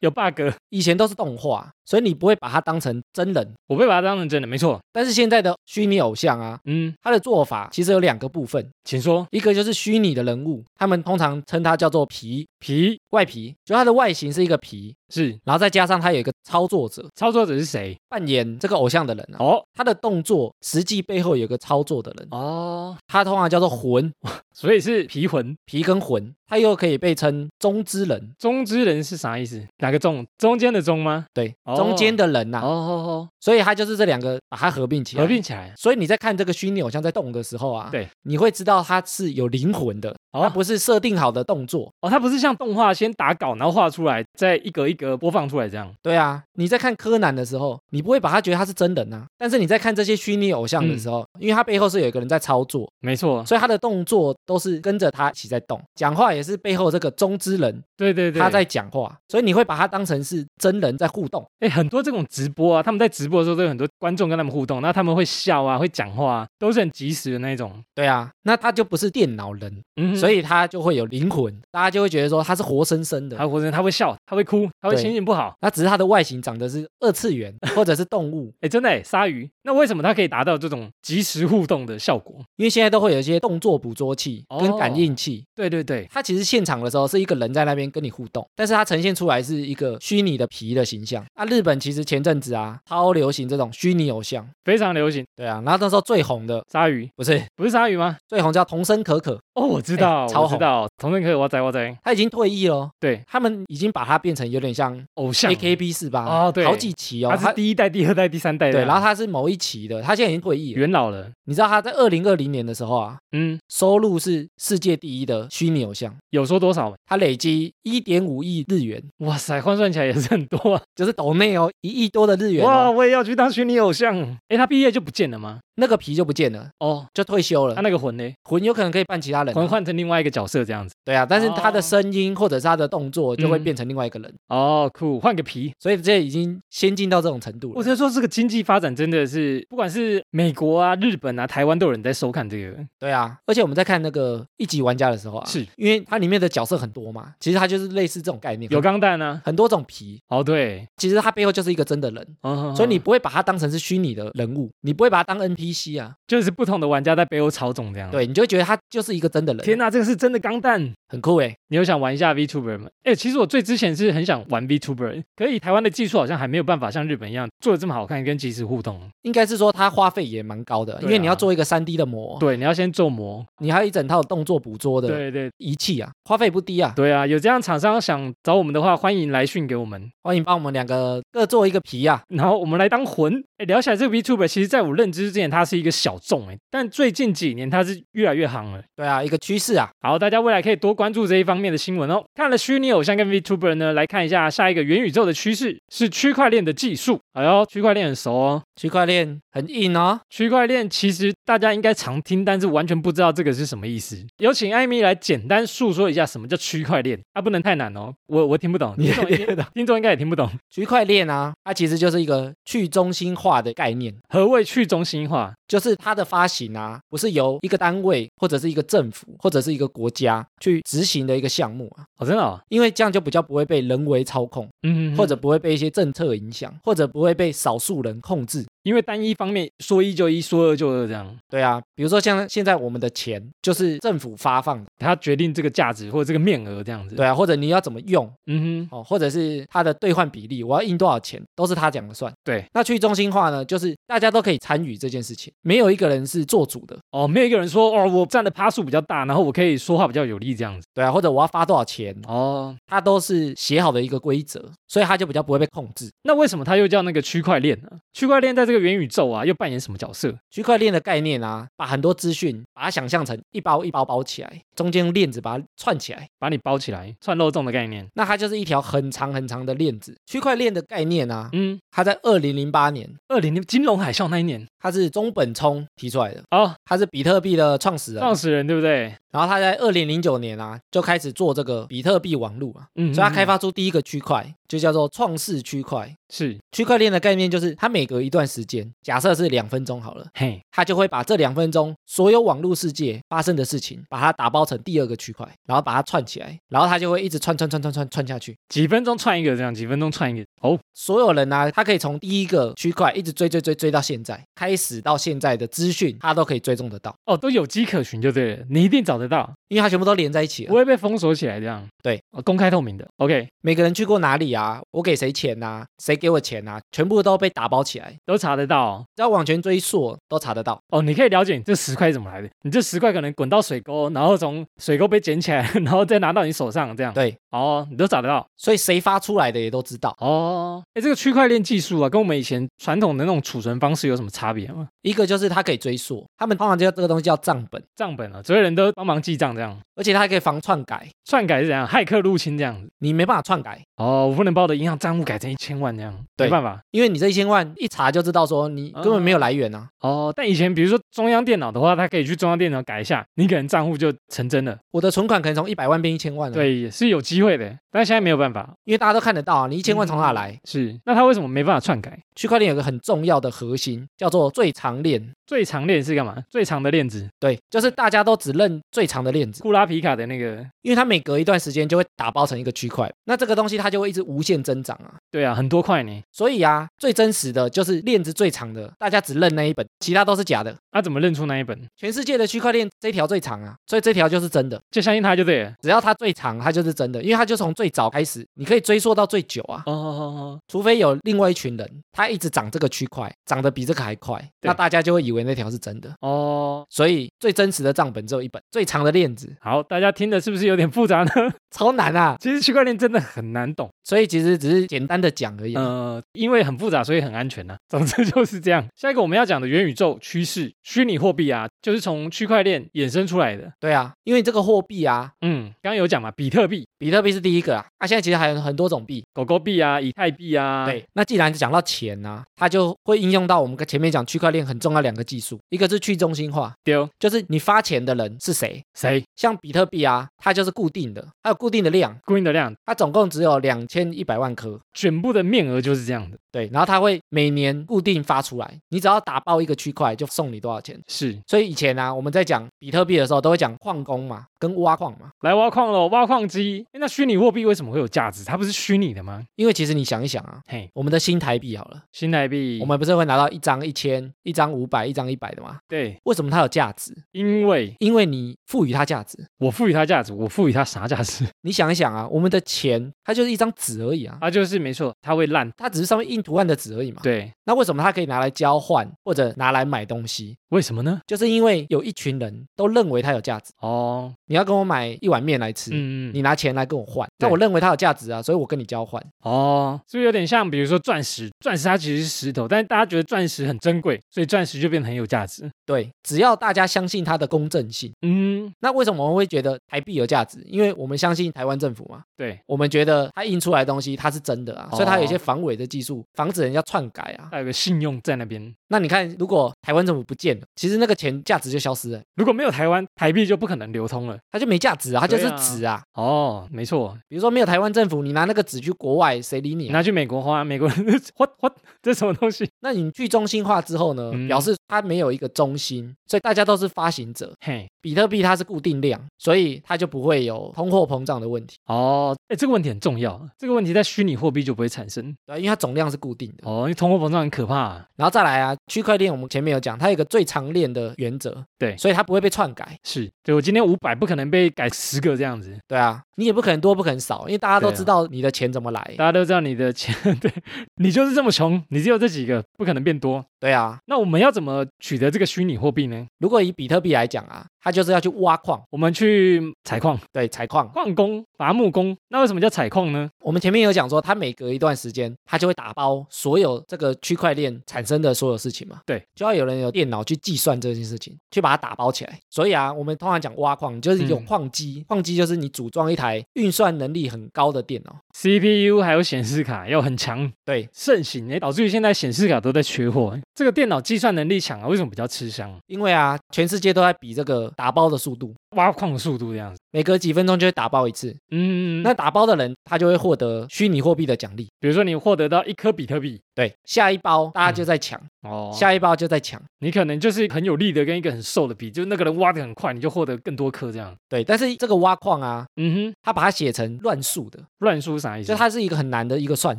Speaker 1: 有 bug，
Speaker 2: 以前都是动画，所以你不会把它当成真人。
Speaker 1: 我被把它当成真的，没错，
Speaker 2: 但是现在的虚拟偶像啊，
Speaker 1: 嗯，
Speaker 2: 它的做法其实有两个部分，
Speaker 1: 请说。
Speaker 2: 一个就是虚拟的人物，他们通常称它叫做皮
Speaker 1: 皮
Speaker 2: 外皮，就它的外形是一个皮，
Speaker 1: 是
Speaker 2: 然后再加上它有一个操作者
Speaker 1: 操作者是谁？
Speaker 2: 扮演这个偶像的人啊，
Speaker 1: 哦
Speaker 2: 他的动作实际背后有一个操作的人，
Speaker 1: 哦，
Speaker 2: 他通常叫做魂，
Speaker 1: 所以是皮魂。
Speaker 2: 皮跟魂，他又可以被称中之人，
Speaker 1: 中之人是啥意思？哪个中？中间的中吗？
Speaker 2: 对，
Speaker 1: 哦
Speaker 2: 中间的人呐、
Speaker 1: 哦哦
Speaker 2: 所以他就是这两个把它合并起
Speaker 1: 哦，
Speaker 2: 来，
Speaker 1: 合并。起来。
Speaker 2: 所以你在看这个虚拟偶像在动的时候啊，
Speaker 1: 对，
Speaker 2: 你会知道他是有灵魂的，他
Speaker 1: 哦
Speaker 2: 不是设定好的动作。
Speaker 1: 哦，它不是像动画先打稿，然后画出来，再一格一格播放出来这样。
Speaker 2: 对啊，你在看柯南的时候，你不会把他觉得他是真人啊，但是你在看这些虚拟偶像的
Speaker 1: 嗯
Speaker 2: 时候，因为他背后是有一个人在操作，
Speaker 1: 没错，
Speaker 2: 所以他的动作都是跟着他一起在动，讲话也是背后这个中之人
Speaker 1: 对对对。
Speaker 2: 他在讲话，所以你会把他当成是真人在互动。
Speaker 1: 哎，很多这种直播啊，他们在直播的时候都有很多观众跟他们互动，那他们会笑啊，会讲话啊，都是很及时的那种。
Speaker 2: 对啊，那他就不是电脑人，
Speaker 1: 嗯哼，
Speaker 2: 所以他就会有灵魂，大家就会觉得说他是活生生的。
Speaker 1: 他活着，他会笑，他会哭，他会
Speaker 2: 对
Speaker 1: 心情不好。
Speaker 2: 那只是他的外形长得是二次元或者是动物，
Speaker 1: 哎，真的哎，鲨鱼。那为什么它可以达到这种及时互动的效果？
Speaker 2: 因为现在都会有一些动作捕捉器跟
Speaker 1: 哦
Speaker 2: 感应器，
Speaker 1: 对对对，
Speaker 2: 它其实现场的时候是一个人在那边跟你互动，但是它呈现出来是一个虚拟的皮的形象。啊，日本其实前阵子啊超流行这种虚拟偶像，
Speaker 1: 非常流行。
Speaker 2: 对啊，然后那时候最红的
Speaker 1: 鲨鱼
Speaker 2: 不是
Speaker 1: 不是鲨鱼吗？
Speaker 2: 最红叫童声可可，
Speaker 1: 哦，我知道，
Speaker 2: 超
Speaker 1: 我知
Speaker 2: 红
Speaker 1: 道，童声可以，我仔我仔，
Speaker 2: 他已经退役了哦，
Speaker 1: 对
Speaker 2: 他们已经把它变成有点像
Speaker 1: 偶像
Speaker 2: A K B 四八
Speaker 1: 哦对
Speaker 2: 好几期哦
Speaker 1: 他，
Speaker 2: 它
Speaker 1: 是第一代、第二代、第三代的
Speaker 2: 对，
Speaker 1: 啊，
Speaker 2: 然后他是某一期的，他现在已经退役了。
Speaker 1: 元老了，
Speaker 2: 你知道他在二零二零年的时候啊，
Speaker 1: 嗯，
Speaker 2: 收入是世界第一的虚拟偶像，
Speaker 1: 有说多少？
Speaker 2: 他累积一点五亿日元，
Speaker 1: 哇塞，换算起来也是很多啊！
Speaker 2: 就是抖内哦，一亿多的日 元
Speaker 1: 哇，
Speaker 2: 哦，
Speaker 1: 我也要去当虚拟偶像。哎，他毕业就不见了吗？
Speaker 2: 那个皮就不见了，
Speaker 1: 哦，
Speaker 2: 就退休
Speaker 1: 他
Speaker 2: 了。
Speaker 1: 那个魂呢？
Speaker 2: 魂有可能可以扮其他人啊、
Speaker 1: 魂换成另外一个角色这样子。
Speaker 2: 对啊，但是他
Speaker 1: 哦
Speaker 2: 的声音或者是他的动作就会
Speaker 1: 嗯
Speaker 2: 变成另外一个人，
Speaker 1: 哦，酷，换个皮。
Speaker 2: 所以这已经先进到这种程度
Speaker 1: 我
Speaker 2: 了。
Speaker 1: 只能说，这个经济发展真的是，不管是美国啊、日本啊、台湾，都有人在收看这个。
Speaker 2: 对啊，而且我们在看那个一级玩家的时候啊，
Speaker 1: 是
Speaker 2: 因为它里面的角色很多嘛，其实它就是类似这种概念，
Speaker 1: 有钢弹啊，
Speaker 2: 很多种皮，
Speaker 1: 哦对，
Speaker 2: 其实它背后就是一个真的人，
Speaker 1: 哦
Speaker 2: 所以你不会把它当成是虚拟的人物，你不会把它当 NPC 啊，
Speaker 1: 就是不同的玩家在背后操纵这样。，
Speaker 2: 对你就会觉得它就是一个真的人，
Speaker 1: 嗯天哪，这个是真的钢弹。
Speaker 2: 很酷欸诶。
Speaker 1: 你有想玩一下 VTuber 吗？哎、其实我最之前是很想玩 VTuber，可以台湾的技术好像还没有办法像日本一样做的这么好看，跟即时互动。
Speaker 2: 应该是说它花费也蛮高的，
Speaker 1: 对啊
Speaker 2: 因为你要做一个 3D 的模，
Speaker 1: 对，你要先做模。
Speaker 2: 你还有一整套动作捕捉的
Speaker 1: 对对
Speaker 2: 仪器啊，花费不低啊。
Speaker 1: 对啊，有这样厂商想找我们的话，欢迎来讯给我们，
Speaker 2: 欢迎帮我们两个各做一个皮啊，
Speaker 1: 然后我们来当魂。哎，聊起来这个 VTuber，其实在我认知之前，它是一个小众哎，但最近几年它是越来越夯了。
Speaker 2: 对啊，一个趋势啊。
Speaker 1: 好，大家未来可以多关注这一方面的新闻哦。看了虚拟偶像跟 VTuber 呢，来看一下下一个元宇宙的趋势是区块链的技术。哎呦，区块链很熟哦。
Speaker 2: 区块链很硬哦，
Speaker 1: 区块链其实大家应该常听，但是完全不知道这个是什么意思。有请艾米来简单述说一下什么叫区块链啊，不能太难哦，我我听不懂，
Speaker 2: 你
Speaker 1: 听众一定
Speaker 2: 听得懂
Speaker 1: 听众应该也听不懂。
Speaker 2: 区块链啊，它其实就是一个去中心化的概念。
Speaker 1: 何谓去中心化？
Speaker 2: 就是它的发行啊，不是由一个单位或者是一个政府或者是一个国家去执行的一个项目啊，
Speaker 1: 哦，真的、哦，
Speaker 2: 因为这样就比较不会被人为操控，
Speaker 1: 嗯，
Speaker 2: 或者不会被一些政策影响，或者不会被少数人控制。
Speaker 1: 因为单一方面说一就一，说二就二这样，
Speaker 2: 对啊，比如说像现在我们的钱就是政府发放的，
Speaker 1: 它决定这个价值或者这个面额这样子。
Speaker 2: 对，啊，或者你要怎么用
Speaker 1: 嗯哼，
Speaker 2: 哦，或者是它的兑换比例，我要印多少钱，都是他讲了算。
Speaker 1: 对，
Speaker 2: 那去中心化呢，就是大家都可以参与这件事情，没有一个人是做主的，
Speaker 1: 哦，没有一个人说哦，我占的趴数比较大，然后我可以说话比较有力这样子。
Speaker 2: 对啊，或者我要发多少钱，
Speaker 1: 哦，
Speaker 2: 它都是写好的一个规则，所以它就比较不会被控制。
Speaker 1: 那为什么它又叫那个区块链呢？区块链在这个元宇宙啊，又扮演什么角色？
Speaker 2: 区块链的概念啊，把很多资讯把它想象成一包一包包起来，中间用链子把它串起来，
Speaker 1: 把你包起来，串漏洞的概念。
Speaker 2: 那它就是一条很长很长的链子。区块链的概念啊，
Speaker 1: 嗯，
Speaker 2: 它在二零零八年，
Speaker 1: 二零零金融海啸那一年，
Speaker 2: 它是中本聪提出来的，
Speaker 1: 哦，
Speaker 2: 他是比特币的创始人，
Speaker 1: 创始人对不对？
Speaker 2: 然后他在二零零九年啊就开始做这个比特币网络啊，
Speaker 1: 嗯
Speaker 2: 所以他
Speaker 1: 嗯
Speaker 2: 开发出第一个区块，就叫做创世区块。
Speaker 1: 是，
Speaker 2: 区块链的概念就是，它每隔一段时间，假设是两分钟好了，
Speaker 1: 嘿，
Speaker 2: 它就会把这两分钟所有网络世界发生的事情，把它打包成第二个区块，然后把它串起来，然后它就会一直串串串串串串下去。
Speaker 1: 几分钟串一个这样，几分钟串一个。哦，
Speaker 2: 所有人呢、啊他可以从第一个区块一直追追追追到现在，开始到现在的资讯，他都可以追踪得到，
Speaker 1: 哦，都有迹可循就对了，你一定找得到，
Speaker 2: 因为它全部都连在一起
Speaker 1: 不
Speaker 2: 了。
Speaker 1: 会被封锁起来这样。
Speaker 2: 对
Speaker 1: 哦，公开透明的。OK，
Speaker 2: 每个人去过哪里啊？我给谁钱啊？谁给我钱啊？全部都被打包起来，
Speaker 1: 都查得到哦。
Speaker 2: 只要往前追溯都查得到。
Speaker 1: 哦，你可以了解你这十块怎么来的。你这十块可能滚到水沟，然后从水沟被捡起来， 然后再拿到你手上，这样。
Speaker 2: 对，
Speaker 1: 哦，你都找得到。
Speaker 2: 所以谁发出来的也都知道。
Speaker 1: 哦，哎，这个区块链技术啊，跟我们以前传统的那种储存方式有什么差别吗？
Speaker 2: 一个就是它可以追溯，他们通常叫这个东西叫账本，
Speaker 1: 账本啊，所有人都帮忙记账，这样
Speaker 2: 而且它还可以防篡改，
Speaker 1: 篡改是怎样？骇客入侵这样子。
Speaker 2: 你没办法篡改。
Speaker 1: 哦，我不能把我的银行账户改成一千万这样，
Speaker 2: 对
Speaker 1: 没办法。
Speaker 2: 因为你这一千万一查就知道，说你根本没有来源啊，
Speaker 1: 哦，但以前比如说中央电脑的话，它可以去中央电脑改一下，你可能账户就成真了。
Speaker 2: 我的存款可能从一百万变一千万了。，
Speaker 1: 对，也是有机会的，但现在没有办法。
Speaker 2: 因为大家都看得到啊，你一千万从哪来？
Speaker 1: 是，那它为什么没办法篡改？
Speaker 2: 区块链有个很重要的核心叫做最长链，
Speaker 1: 最长链是干嘛？最长的链子，
Speaker 2: 对，就是大家都只认最长的链子，
Speaker 1: 库拉皮卡的那个，
Speaker 2: 因为它每隔一段时间就会打包成一个区块，那这个东西它就会一直无限增长啊。
Speaker 1: 对啊，很多块呢。
Speaker 2: 所以啊，最真实的就是链子最长的，大家只认那一本，其他都是假的。
Speaker 1: 那、啊怎么认出那一本？
Speaker 2: 全世界的区块链这条最长啊，所以这条就是真的。
Speaker 1: 就相信它就对了。
Speaker 2: 只要它最长，它就是真的，因为它就从最早开始，你可以追溯到最久啊。
Speaker 1: 哦哦哦，
Speaker 2: 除非有另外一群人，他一直涨这个区块，涨得比这个还快，
Speaker 1: 对
Speaker 2: 那大家就会以为那条是真的。
Speaker 1: 哦哦，
Speaker 2: 所以最真实的账本只有一本，最长的链子
Speaker 1: 好，大家听的是不是有点复杂呢？
Speaker 2: 超难啊！
Speaker 1: 其实区块链真的很难懂，
Speaker 2: 所以其实只是简单的讲而已。啊
Speaker 1: 呃，因为很复杂，所以很安全呐、啊 总之就是这样。下一个我们要讲的元宇宙趋势，虚拟货币啊，就是从区块链衍生出来的。
Speaker 2: 对啊，因为这个货币啊，
Speaker 1: 嗯，刚刚有讲嘛，比特币、
Speaker 2: 比特币是第一个啊，啊，现在其实还有很多种币。
Speaker 1: 狗狗币啊、以太币啊，，
Speaker 2: 对，那既然讲到钱呢、它就会应用到我们前面讲区块链很重要两个技术，一个是去中心化，
Speaker 1: 丢
Speaker 2: 就是你发钱的人是谁。
Speaker 1: 谁
Speaker 2: 像比特币啊，它就是固定的，它有固定的量，
Speaker 1: 固定的量，
Speaker 2: 它总共只有两千一百万颗。
Speaker 1: 全部的面额就是这样的。
Speaker 2: 对，然后它会每年固定发出来，你只要打爆一个区块就送你多少钱。
Speaker 1: 是，
Speaker 2: 所以以前啊，我们在讲比特币的时候，都会讲矿工嘛，跟挖矿嘛，
Speaker 1: 来挖矿喽，挖矿机。诶那虚拟货币为什么会有价值？它不是虚拟的吗？
Speaker 2: 因为其实你想一想啊，
Speaker 1: 嘿，
Speaker 2: 我们的新台币好了，
Speaker 1: 新台币，
Speaker 2: 我们不是会拿到一张一千、一张五百、一张一百的吗？
Speaker 1: 对，
Speaker 2: 为什么它有价值？
Speaker 1: 因为
Speaker 2: 因为你赋予它价值。
Speaker 1: 我赋予它价值，我赋予它啥价 值？
Speaker 2: 你想一想啊，我们的钱它就是一张纸而已啊，
Speaker 1: 它就是没错，它会烂。
Speaker 2: 它只是上面印图案的纸而已嘛。
Speaker 1: 对，
Speaker 2: 那为什么它可以拿来交换或者拿来买东西？
Speaker 1: 为什么呢？
Speaker 2: 就是因为有一群人都认为它有价值。
Speaker 1: 哦，
Speaker 2: 你要跟我买一碗面来吃，
Speaker 1: 嗯嗯，
Speaker 2: 你拿钱来跟我换，
Speaker 1: 对
Speaker 2: 那我认为它有价值啊，所以我跟你交换。
Speaker 1: 哦，是不是有点像，比如说钻石？钻石它其实是石头，但是大家觉得钻石很珍贵，所以钻石就变得很有价值。
Speaker 2: 对，只要大家相信它的公正性，
Speaker 1: 嗯，
Speaker 2: 那为什么我们会觉得台币有价值？因为我们相信台湾政府嘛，
Speaker 1: 对，
Speaker 2: 我们觉得它印出来的东西它是真的啊，
Speaker 1: 哦
Speaker 2: 所以它有一些防伪的技术防止人家篡改啊。
Speaker 1: 还有个信用在那边。
Speaker 2: 那你看，如果台湾政府不见了，其实那个钱价值就消失了，
Speaker 1: 如果没有台湾，台币就不可能流通了。
Speaker 2: 它就没价值啊，它就是
Speaker 1: 对啊
Speaker 2: 纸啊。
Speaker 1: 哦，没错，
Speaker 2: 比如说没有台湾政府，你拿那个纸去国外，谁理你
Speaker 1: 你
Speaker 2: 啊？
Speaker 1: 拿去美国花，美国人 what what 这什么东西？
Speaker 2: 那你去中心化之后呢，
Speaker 1: 嗯
Speaker 2: 表示它没有一个中心，所以大家都是发行者。
Speaker 1: 嘿，
Speaker 2: 比特币它是固定量，所以它就不会有通货膨胀的问题，
Speaker 1: 哦，哎，这个问题很重要，这个问题在虚拟货币就不会产生。
Speaker 2: 对啊吧，因为它总量是固定的。
Speaker 1: 哦，因为通货膨胀很可怕、
Speaker 2: 然后再来啊，区块链我们前面有讲，它有一个最长链的原则，
Speaker 1: 对
Speaker 2: 所以它不会被篡改，
Speaker 1: 是，对我今天五百不可能被改十个这样子，
Speaker 2: 对啊，你也不可能多，不可能少，因为大家都
Speaker 1: 对啊
Speaker 2: 知道你的钱怎么来，
Speaker 1: 大家都知道你的钱， 对你就是这么穷，你只有这几个，不可能变多。
Speaker 2: 对啊。
Speaker 1: 那我们要怎么取得这个虚拟货币呢？
Speaker 2: 如果以比特币来讲啊，它就是要去挖矿，
Speaker 1: 我们去采矿、
Speaker 2: 对，采矿。
Speaker 1: 矿工、伐木工，那为什么叫采矿呢？
Speaker 2: 我们前面有讲说，它每隔一段时间，它就会打包所有这个区块链产生的所有事情嘛。
Speaker 1: 对，
Speaker 2: 就要有人有电脑去计算这件事情，去把它打包起来。所以啊，我们通常讲挖矿，就是有
Speaker 1: 嗯
Speaker 2: 矿机，矿机就是你组装一台运算能力很高的电脑。
Speaker 1: CPU 还有显示卡要很强，
Speaker 2: 对，
Speaker 1: 盛行诶，导致于现在显示卡都在缺货。这个电脑计算能力强啊，为什么比较吃香？
Speaker 2: 因为啊，全世界都在比这个打包的速度，
Speaker 1: 挖矿的速度这样子。
Speaker 2: 每隔几分钟就会打包一次。
Speaker 1: 嗯，
Speaker 2: 那
Speaker 1: 那
Speaker 2: 打包的人，他就会获得虚拟货币的奖励。
Speaker 1: 比如说你获得到一颗比特币，
Speaker 2: 对，下一包大家就在抢，
Speaker 1: 哦，
Speaker 2: 下一包就在抢。
Speaker 1: 你可能就是很有力的跟一个很瘦的比，就是那个人挖的很快，你就获得更多颗这样。
Speaker 2: 对，但是这个挖矿啊，
Speaker 1: 嗯哼，
Speaker 2: 他把它写成乱数的，
Speaker 1: 乱输啥意思？
Speaker 2: 就它是一个很难的一个算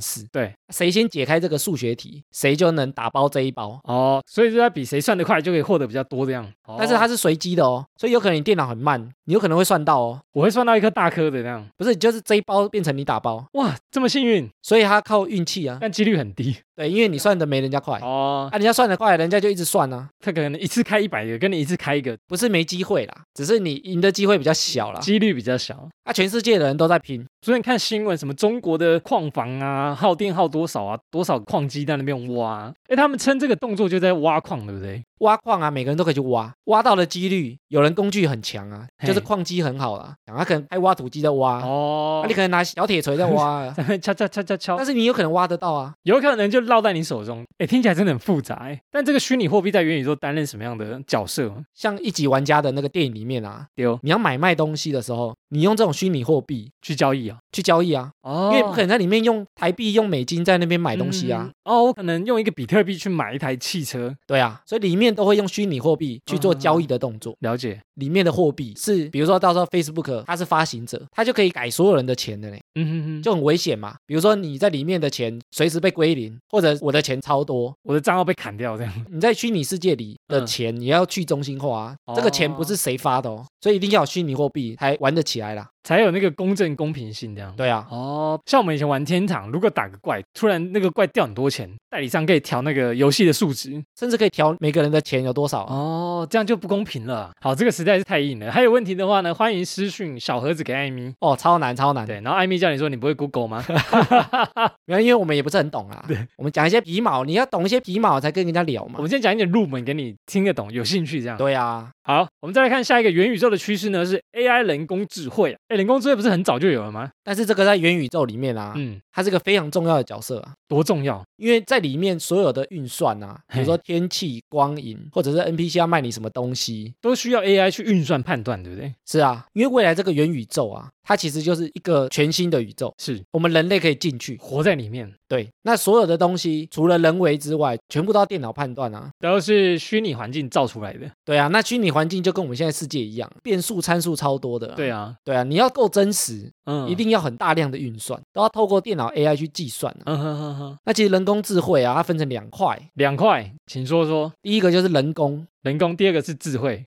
Speaker 2: 式。
Speaker 1: 对，
Speaker 2: 谁先解开这个数学题，谁就能打包这一包。
Speaker 1: 哦，所以就在比谁算得快就可以获得比较多这样。哦
Speaker 2: 但是它是随机的哦，所以有可能你电脑很慢，你有可能会算到哦。
Speaker 1: 我会算到一颗大颗的这样，
Speaker 2: 不是，就是这一包变成你打包，
Speaker 1: 哇，这么幸运，
Speaker 2: 所以它靠运气啊。
Speaker 1: 但几率很低。
Speaker 2: 对，因为你
Speaker 1: 啊
Speaker 2: 算的没人家快，
Speaker 1: 哦
Speaker 2: 啊，，人家算的快，人家就一直算啊，
Speaker 1: 他可能一次开一百个，跟你一次开一个，
Speaker 2: 不是没机会啦，只是你赢的机会比较小啦。
Speaker 1: 几率比较小。
Speaker 2: 啊，全世界的人都在拼，
Speaker 1: 所以你看新闻，什么中国的矿房啊，耗电耗多少啊，多少矿机在那边挖，哎，他们称这个动作就在挖矿，对不对？
Speaker 2: 挖矿啊，每个人都可以去挖，挖到的几率，有人工具很强啊，
Speaker 1: 嘿
Speaker 2: 就是矿机很好啦，啊他可能开挖土机在挖，
Speaker 1: 哦
Speaker 2: 啊，你可能拿小铁锤在 挖啊，
Speaker 1: 在那边敲敲敲敲敲
Speaker 2: 但，是你有可能挖得到啊。
Speaker 1: 有可能就落在你手中。哎，听起来真的很复杂哎。但这个虚拟货币在元宇宙担任什么样的角色？
Speaker 2: 像一级玩家的那个电影里面啊，
Speaker 1: 丢
Speaker 2: 你要买卖东西的时候，你用这种虚拟货币
Speaker 1: 去交易啊？
Speaker 2: 去交易啊，
Speaker 1: 哦
Speaker 2: 因为不可能在里面用台币、用美金在那边买东西啊
Speaker 1: 嗯。哦，我可能用一个比特币去买一台汽车，
Speaker 2: 对啊，所以里面都会用虚拟货币去做交易的动作。
Speaker 1: 了解。
Speaker 2: 里面的货币是，比如说到时候 Facebook 它是发行者，它就可以改所有人的钱的嘞，
Speaker 1: 嗯哼哼，就
Speaker 2: 就很危险嘛。比如说你在里面的钱随时被归零，或者我的钱超多，
Speaker 1: 我的账号被砍掉这样。
Speaker 2: 你在虚拟世界里的钱也要去中心化啊。
Speaker 1: 嗯哦
Speaker 2: 这个钱不是谁发的哦，所以一定要有虚拟货币才玩得起来啦。
Speaker 1: 才有那个公正公平性这样。
Speaker 2: 对啊，
Speaker 1: 哦，像我们以前玩天堂，如果打个怪，突然那个怪掉很多钱，代理商可以调那个游戏的数值，
Speaker 2: 甚至可以调每个人的钱有多少啊、
Speaker 1: 哦，这样就不公平了。好，这个实在是太硬了。还有问题的话呢，欢迎私讯小盒子给艾米。
Speaker 2: 哦，超难超难，
Speaker 1: 对，然后艾米叫你说你不会 Google 吗？
Speaker 2: 没有，因为我们也不是很懂啦。对， 我们讲一些皮毛，你要懂一些皮毛才跟人家聊
Speaker 1: 我
Speaker 2: 嘛。
Speaker 1: 们先讲一点入门给你听得懂，有兴趣这样。
Speaker 2: 对啊，
Speaker 1: 好，我们再来看下一个元宇宙的趋势呢，是 AI 人工智慧。哎，人工智慧不是很早就有了吗？
Speaker 2: 但是这个在元宇宙里面啊，
Speaker 1: 嗯，
Speaker 2: 它是个非常重要的角色啊，
Speaker 1: 多重要。
Speaker 2: 因为在里面所有的运算啊，比
Speaker 1: 嘿
Speaker 2: 如说天气、光影，或者是 NPC 要卖你什么东西，
Speaker 1: 都需要 AI 去运算判断，对不对？
Speaker 2: 是啊，因为未来这个元宇宙啊，它其实就是一个全新的宇宙，
Speaker 1: 是
Speaker 2: 我们人类可以进去。
Speaker 1: 活在里面，
Speaker 2: 对，那所有的东西除了人为之外，全部都要电脑判断啊。
Speaker 1: 然后是虚拟环境造出来的。
Speaker 2: 对啊，那虚拟环境就跟我们现在世界一样，变数参数超多的、
Speaker 1: 对，啊，
Speaker 2: 对啊，你要够真实，
Speaker 1: 嗯，
Speaker 2: 一，定要很大量的运算，都要透过电脑 AI 去计算、啊、
Speaker 1: 嗯哼哼哼，
Speaker 2: 那其实人工智慧啊，它分成两块，
Speaker 1: 两块，请说说
Speaker 2: 第一个就是人工，
Speaker 1: 人工，第二个是智慧。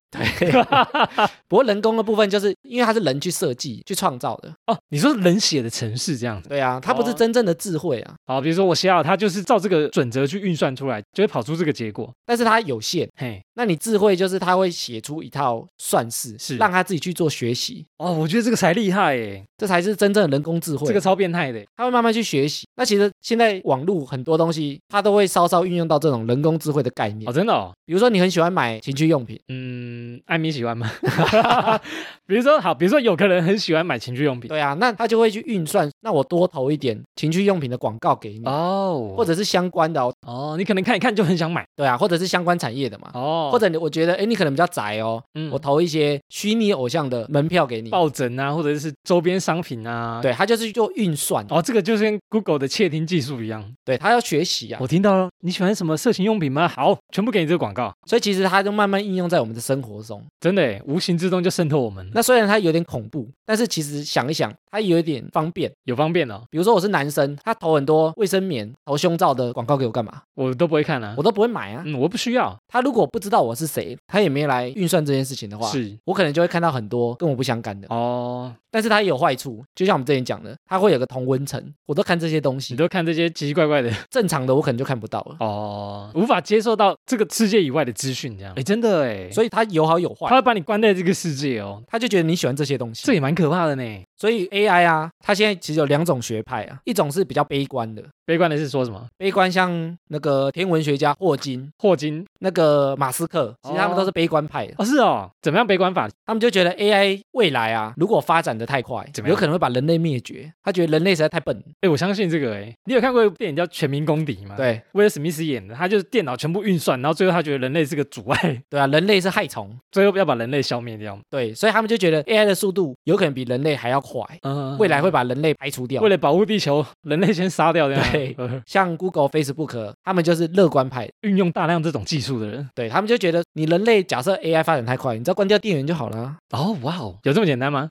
Speaker 2: 不过人工的部分就是因为它是人去设计、去创造的，
Speaker 1: 哦，你说人写的程式这样子，
Speaker 2: 对啊，它不是
Speaker 1: 哦
Speaker 2: 真正的智慧啊，
Speaker 1: 好，比如说我写好，它就是照这个准则去运算出来，就会跑出这个结果。
Speaker 2: 但是它有限。
Speaker 1: 嘿，
Speaker 2: 那你智慧就是它会写出一套算式，
Speaker 1: 是
Speaker 2: 让它自己去做学习，
Speaker 1: 哦，我觉得这个才厉害耶，
Speaker 2: 这才是真正的人工智慧。啊
Speaker 1: 这个超变态的耶。
Speaker 2: 它会慢慢去学习。那其实现在网络很多东西，它都会稍稍运用到这种人工智慧的概念
Speaker 1: 哦，。真的哦，
Speaker 2: 比如说你很喜欢买情趣用品？
Speaker 1: 嗯，艾米喜欢吗？ 比如说，好，比如说有个人很喜欢买情趣用品，
Speaker 2: 对啊，那他就会去运算，那我多投一点情趣用品的广告给你，
Speaker 1: 哦，
Speaker 2: 或者是相关的、哦，
Speaker 1: 哦，你可能看一看就很想买，
Speaker 2: 对啊，或者是相关产业的嘛，
Speaker 1: 哦，
Speaker 2: 或
Speaker 1: 者
Speaker 2: 者你我觉得，哎，你可能比较宅哦，
Speaker 1: 嗯
Speaker 2: 我投一些虚拟偶像的门票给你，
Speaker 1: 抱枕啊，或者是周边商品啊，，
Speaker 2: 对他就是做运算，
Speaker 1: 哦，这个就是跟 Google 的窃听技术一样，
Speaker 2: 对他要学习啊，
Speaker 1: 我听到了，你喜欢什么色情用品吗？好，全部给你这个广告，
Speaker 2: 所以其实它就慢慢应用在我们的生活中。
Speaker 1: 真的耶，无形之中就渗透我们，
Speaker 2: 那虽然它有点恐怖，但是其实想一想，它也有一点方便。
Speaker 1: 有方便哦，
Speaker 2: 比如说我是男生，他投很多卫生棉、投胸罩的广告给我干嘛？
Speaker 1: 我都不会看啊
Speaker 2: 我，都不会买啊。
Speaker 1: 嗯，我不需要，
Speaker 2: 他如果不知道我是谁，他也没来运算这件事情的话，
Speaker 1: 是，
Speaker 2: 我可能就会看到很多跟我不相干的。
Speaker 1: 哦，
Speaker 2: 但是它也有坏处，就像我们之前讲的，它会有个同温层。我都看这些东
Speaker 1: 你
Speaker 2: 西，
Speaker 1: 都看这些奇奇怪怪的，
Speaker 2: 正常的我可能就看不到了。
Speaker 1: 哦，无法接受到这个世界以外的资讯，这样，哎，真的哎，
Speaker 2: 所以它有好有坏，
Speaker 1: 他会把你关在这个世界哦，
Speaker 2: 他就觉得你喜欢这些东西
Speaker 1: 这。也蛮可怕的呢。
Speaker 2: 所以 AI 啊，它现在其实有两种学派啊，一种是比较悲观的，
Speaker 1: 悲观的是说什么？
Speaker 2: 悲观像那个天文学家霍金、
Speaker 1: 霍金
Speaker 2: 那个马斯克，其实他们都是悲观派的，
Speaker 1: 哦，是哦，怎么样悲观法？
Speaker 2: 他们就觉得 AI 未来啊，如果发展的太快
Speaker 1: 怎，么样
Speaker 2: 有可能会把人类灭绝。他觉得人类实在太笨，
Speaker 1: 哎，我相信这个哎，你有看过一部电影叫《全民公敌》吗？，
Speaker 2: 对
Speaker 1: 威尔史密斯演的，他就是电脑全部运算，然后最后他觉得人类是个阻碍，
Speaker 2: 对啊，人类是害虫，
Speaker 1: 最后要把人类消灭掉。
Speaker 2: 对，所以他们就觉得 AI 的速度有可能比人类还要快，
Speaker 1: 嗯
Speaker 2: 未来会把人类排除掉
Speaker 1: 为。了保护地球，人类先杀掉这样。
Speaker 2: 对
Speaker 1: 呃
Speaker 2: 像 Google、Facebook，他们就是乐观派的，
Speaker 1: 运用大量这种技术的人。
Speaker 2: 对他们就觉得你人类假设 AI 发展太快，你只要关掉电源就好了啊。
Speaker 1: 哦，哇哦，有这么简单吗？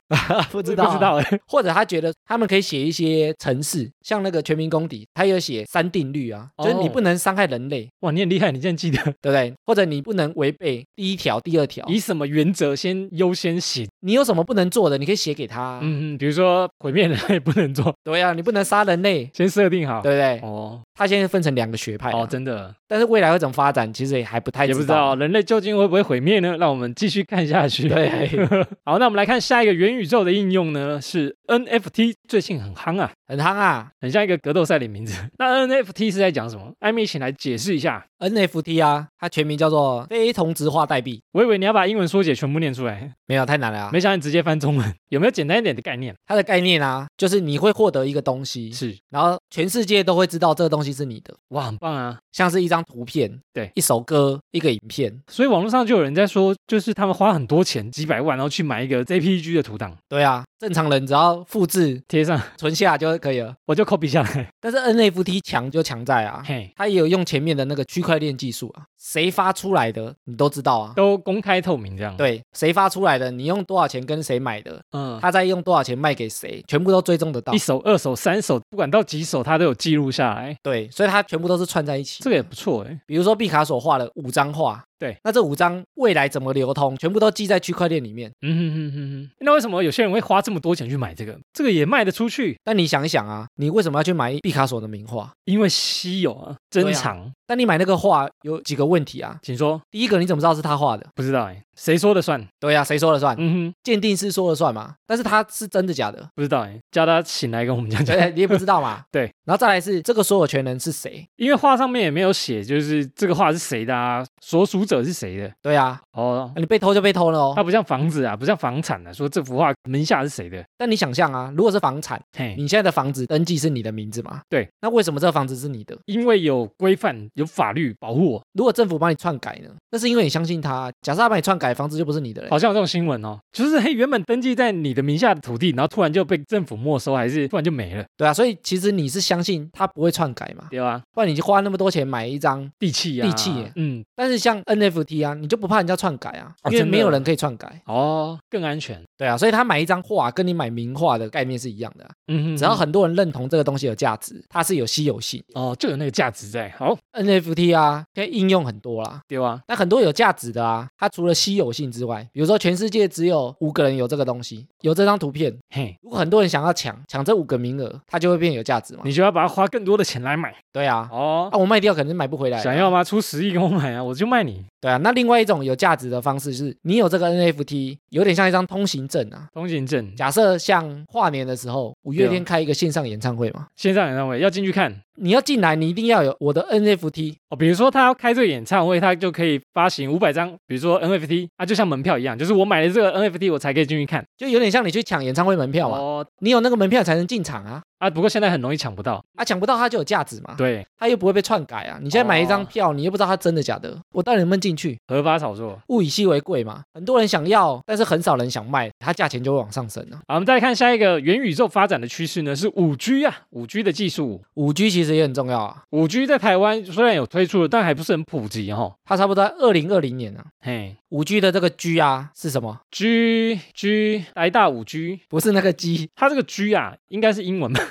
Speaker 2: 不
Speaker 1: 不不知道哎。
Speaker 2: 或者他觉得他们可以写一些程式，像那个《全民公敌》，他有写三定律啊，就是你
Speaker 1: 哦
Speaker 2: 不能伤害人类，
Speaker 1: 哇，你很厉害，你竟然记得
Speaker 2: 对不对？或者你不能违背第一条、第二条，
Speaker 1: 以什么原则先优先写？
Speaker 2: 你有什么不能做的，你可以写给他。
Speaker 1: 嗯嗯，比如说毁灭人类不能做，
Speaker 2: 对啊，你不能杀人类，
Speaker 1: 先设定好。
Speaker 2: 对不对？
Speaker 1: 哦
Speaker 2: 他现在分成两个学派啊
Speaker 1: 哦，真的。
Speaker 2: 但是未来会怎么发展，其实也还不太
Speaker 1: 也不知道
Speaker 2: 道。
Speaker 1: 人类究竟会不会毁灭呢？让我们继续看下去。
Speaker 2: 对，
Speaker 1: 好，那我们来看下一个元宇宙的应用呢，是 NFT，最近很夯啊，
Speaker 2: 很夯啊
Speaker 1: 很像一个格斗赛的名字。 那 NFT 是在讲什么？艾米，请来解释一下。
Speaker 2: ，NFT 啊，它全名叫做非同质化代币。
Speaker 1: 我以为你要把英文缩写全部念出来，
Speaker 2: 没有太难了啊！
Speaker 1: 没想到你直接翻中文， 有没有简单一点的概念？
Speaker 2: 它的概念啊，就是你会获得一个东西，
Speaker 1: 是，
Speaker 2: 然后全世界都会知道这个东西是你的。
Speaker 1: 哇，很棒啊！
Speaker 2: 像是一张图片，
Speaker 1: 对
Speaker 2: 一首歌，一个影片，
Speaker 1: 所以网络上就有人在说，就是他们花很多钱，几百万，然后去买一个 JPG 的图档，
Speaker 2: 对啊，正常人只要复制
Speaker 1: 贴上，
Speaker 2: 存下就可以了。
Speaker 1: 我就 copy 下来。
Speaker 2: 但是 NFT 强就强在啊，
Speaker 1: 嘿，
Speaker 2: 它也有用前面的那个区块链技术啊，谁发出来的你都知道啊。
Speaker 1: 都公开透明这样。，
Speaker 2: 对，谁发出来的，你用多少钱跟谁买的，
Speaker 1: 嗯，
Speaker 2: 他再用多少钱卖给谁，全部都追踪得到
Speaker 1: 一。手、二手、三手，不管到几手，他都有记录下来。
Speaker 2: 对，所以它全部都是串在一起。
Speaker 1: 这个也不错哎，
Speaker 2: 比如说毕卡索画了五张画，
Speaker 1: 对，
Speaker 2: 那这五张未来怎么流通，全部都记在区块链里面。
Speaker 1: 嗯哼哼哼哼。那为什么有些人会花这么多钱去买这个？这个也卖得出去，
Speaker 2: 但你想一想啊，你为什么要去买毕卡索的名画？
Speaker 1: 因为稀有啊，珍藏。
Speaker 2: 但你买那个画有几个问题啊？
Speaker 1: 请说，
Speaker 2: 第一个，你怎么知道是他画的？
Speaker 1: 不知道哎，谁说了算？
Speaker 2: 对啊呀、谁说了算？
Speaker 1: 嗯哼，？
Speaker 2: 鉴定师说了算嘛？但是他是真的假的
Speaker 1: 不知道哎，叫他醒来跟我们讲讲。
Speaker 2: 对，你也不知道嘛。
Speaker 1: 对，
Speaker 2: 然后再来是这个所有权人是谁？
Speaker 1: 因为画上面也没有写，就是这个画是谁的啊，所属者是谁的
Speaker 2: 对啊，
Speaker 1: 哦
Speaker 2: 啊。你被偷就被偷了
Speaker 1: 它
Speaker 2: 哦。
Speaker 1: 不像房子啊，不像房产啊，说这幅画名下是谁的？
Speaker 2: 但你想象啊，如果是房产，
Speaker 1: 嘿，
Speaker 2: 你现在的房子登记是你的名字嘛？
Speaker 1: 对，
Speaker 2: 那为什么这个房子是你的？
Speaker 1: 因为有规范、有法律保护我，
Speaker 2: 如果政府帮你篡改呢？那是因为你相信他。假设他帮你篡改，房子就不是你的了。
Speaker 1: 好像有这种新闻哦，就是嘿，原本登记在你的名下的土地，然后突然就被政府没收，还是突然就没了，
Speaker 2: 对啊，所以其实你是相信他不会篡改嘛？
Speaker 1: 对吧？
Speaker 2: 不然你就花那么多钱买一张。
Speaker 1: 地契啊，
Speaker 2: 啊地契耶
Speaker 1: 嗯，
Speaker 2: 但是像 NFT 啊，你就不怕人家篡改啊？
Speaker 1: 哦
Speaker 2: 因为
Speaker 1: 真的
Speaker 2: 没有人可以篡改。
Speaker 1: 哦，更安全，
Speaker 2: 对啊，所以他买一张画跟你买名画的概念是一样的啊、
Speaker 1: 嗯哼，
Speaker 2: 只要很多人认同这个东西有价值，它是有稀有性。
Speaker 1: 哦，就有那个价值在，好，
Speaker 2: NFT 啊，现在应用很多啦。
Speaker 1: 对吧？
Speaker 2: 那很多有价值的啊，它除了稀有性之外，比如说全世界只有五个人有这个东西，有这张图片。
Speaker 1: 嘿，
Speaker 2: 如果很多人想要抢抢这五个名额，它就会变有价值嘛
Speaker 1: 你。就要把它花更多的钱来买
Speaker 2: 对啊，
Speaker 1: 哦。
Speaker 2: 啊我卖掉可能买不回来了。
Speaker 1: 想要吗？出十亿给我买啊，我就卖你。
Speaker 2: 对啊，那另外一种有价值的方式是，你有这个 NFT，有点像一张通行证啊。
Speaker 1: 通行证，
Speaker 2: 假设像跨年的时候，五月
Speaker 1: 对
Speaker 2: 天
Speaker 1: 啊
Speaker 2: 开一个线上演唱会嘛，
Speaker 1: 线上演唱会要进去看，
Speaker 2: 你要进来，你一定要有我的 NFT。
Speaker 1: 哦，比如说他要开这个演唱会，他就可以发行五百张，比如说 NFT，啊，就像门票一样，就是我买了这个 NFT，我才可以进去看。
Speaker 2: 就有点像你去抢演唱会门票嘛，
Speaker 1: 哦，
Speaker 2: 你有那个门票才能进场啊，
Speaker 1: 啊，不过现在很容易抢不到。
Speaker 2: 啊抢不到它就有价值嘛，
Speaker 1: 对，
Speaker 2: 它又不会被篡改啊。你现在买一张
Speaker 1: 哦
Speaker 2: 票，你又不知道它真的假的，我到底能不能进去？
Speaker 1: 合法炒作。
Speaker 2: 物以稀为贵嘛，很多人想要，但是很少人想卖，它价钱就会往上升啊。
Speaker 1: 好，我们再来看下一个元宇宙发展的趋势呢，是五 G 啊，五 G 的技术。
Speaker 2: 五 G 其实也很重要啊，
Speaker 1: 五 G 在台湾虽然有推出了，但还不是很普及哈、哦。
Speaker 2: 它差不多在二零二零年啊，
Speaker 1: 嘿
Speaker 2: 五 G 的这个 G 啊是什么？
Speaker 1: ，G G 来大五 G，
Speaker 2: 不是那个 G
Speaker 1: 它这个 G 啊，应该是英文吧？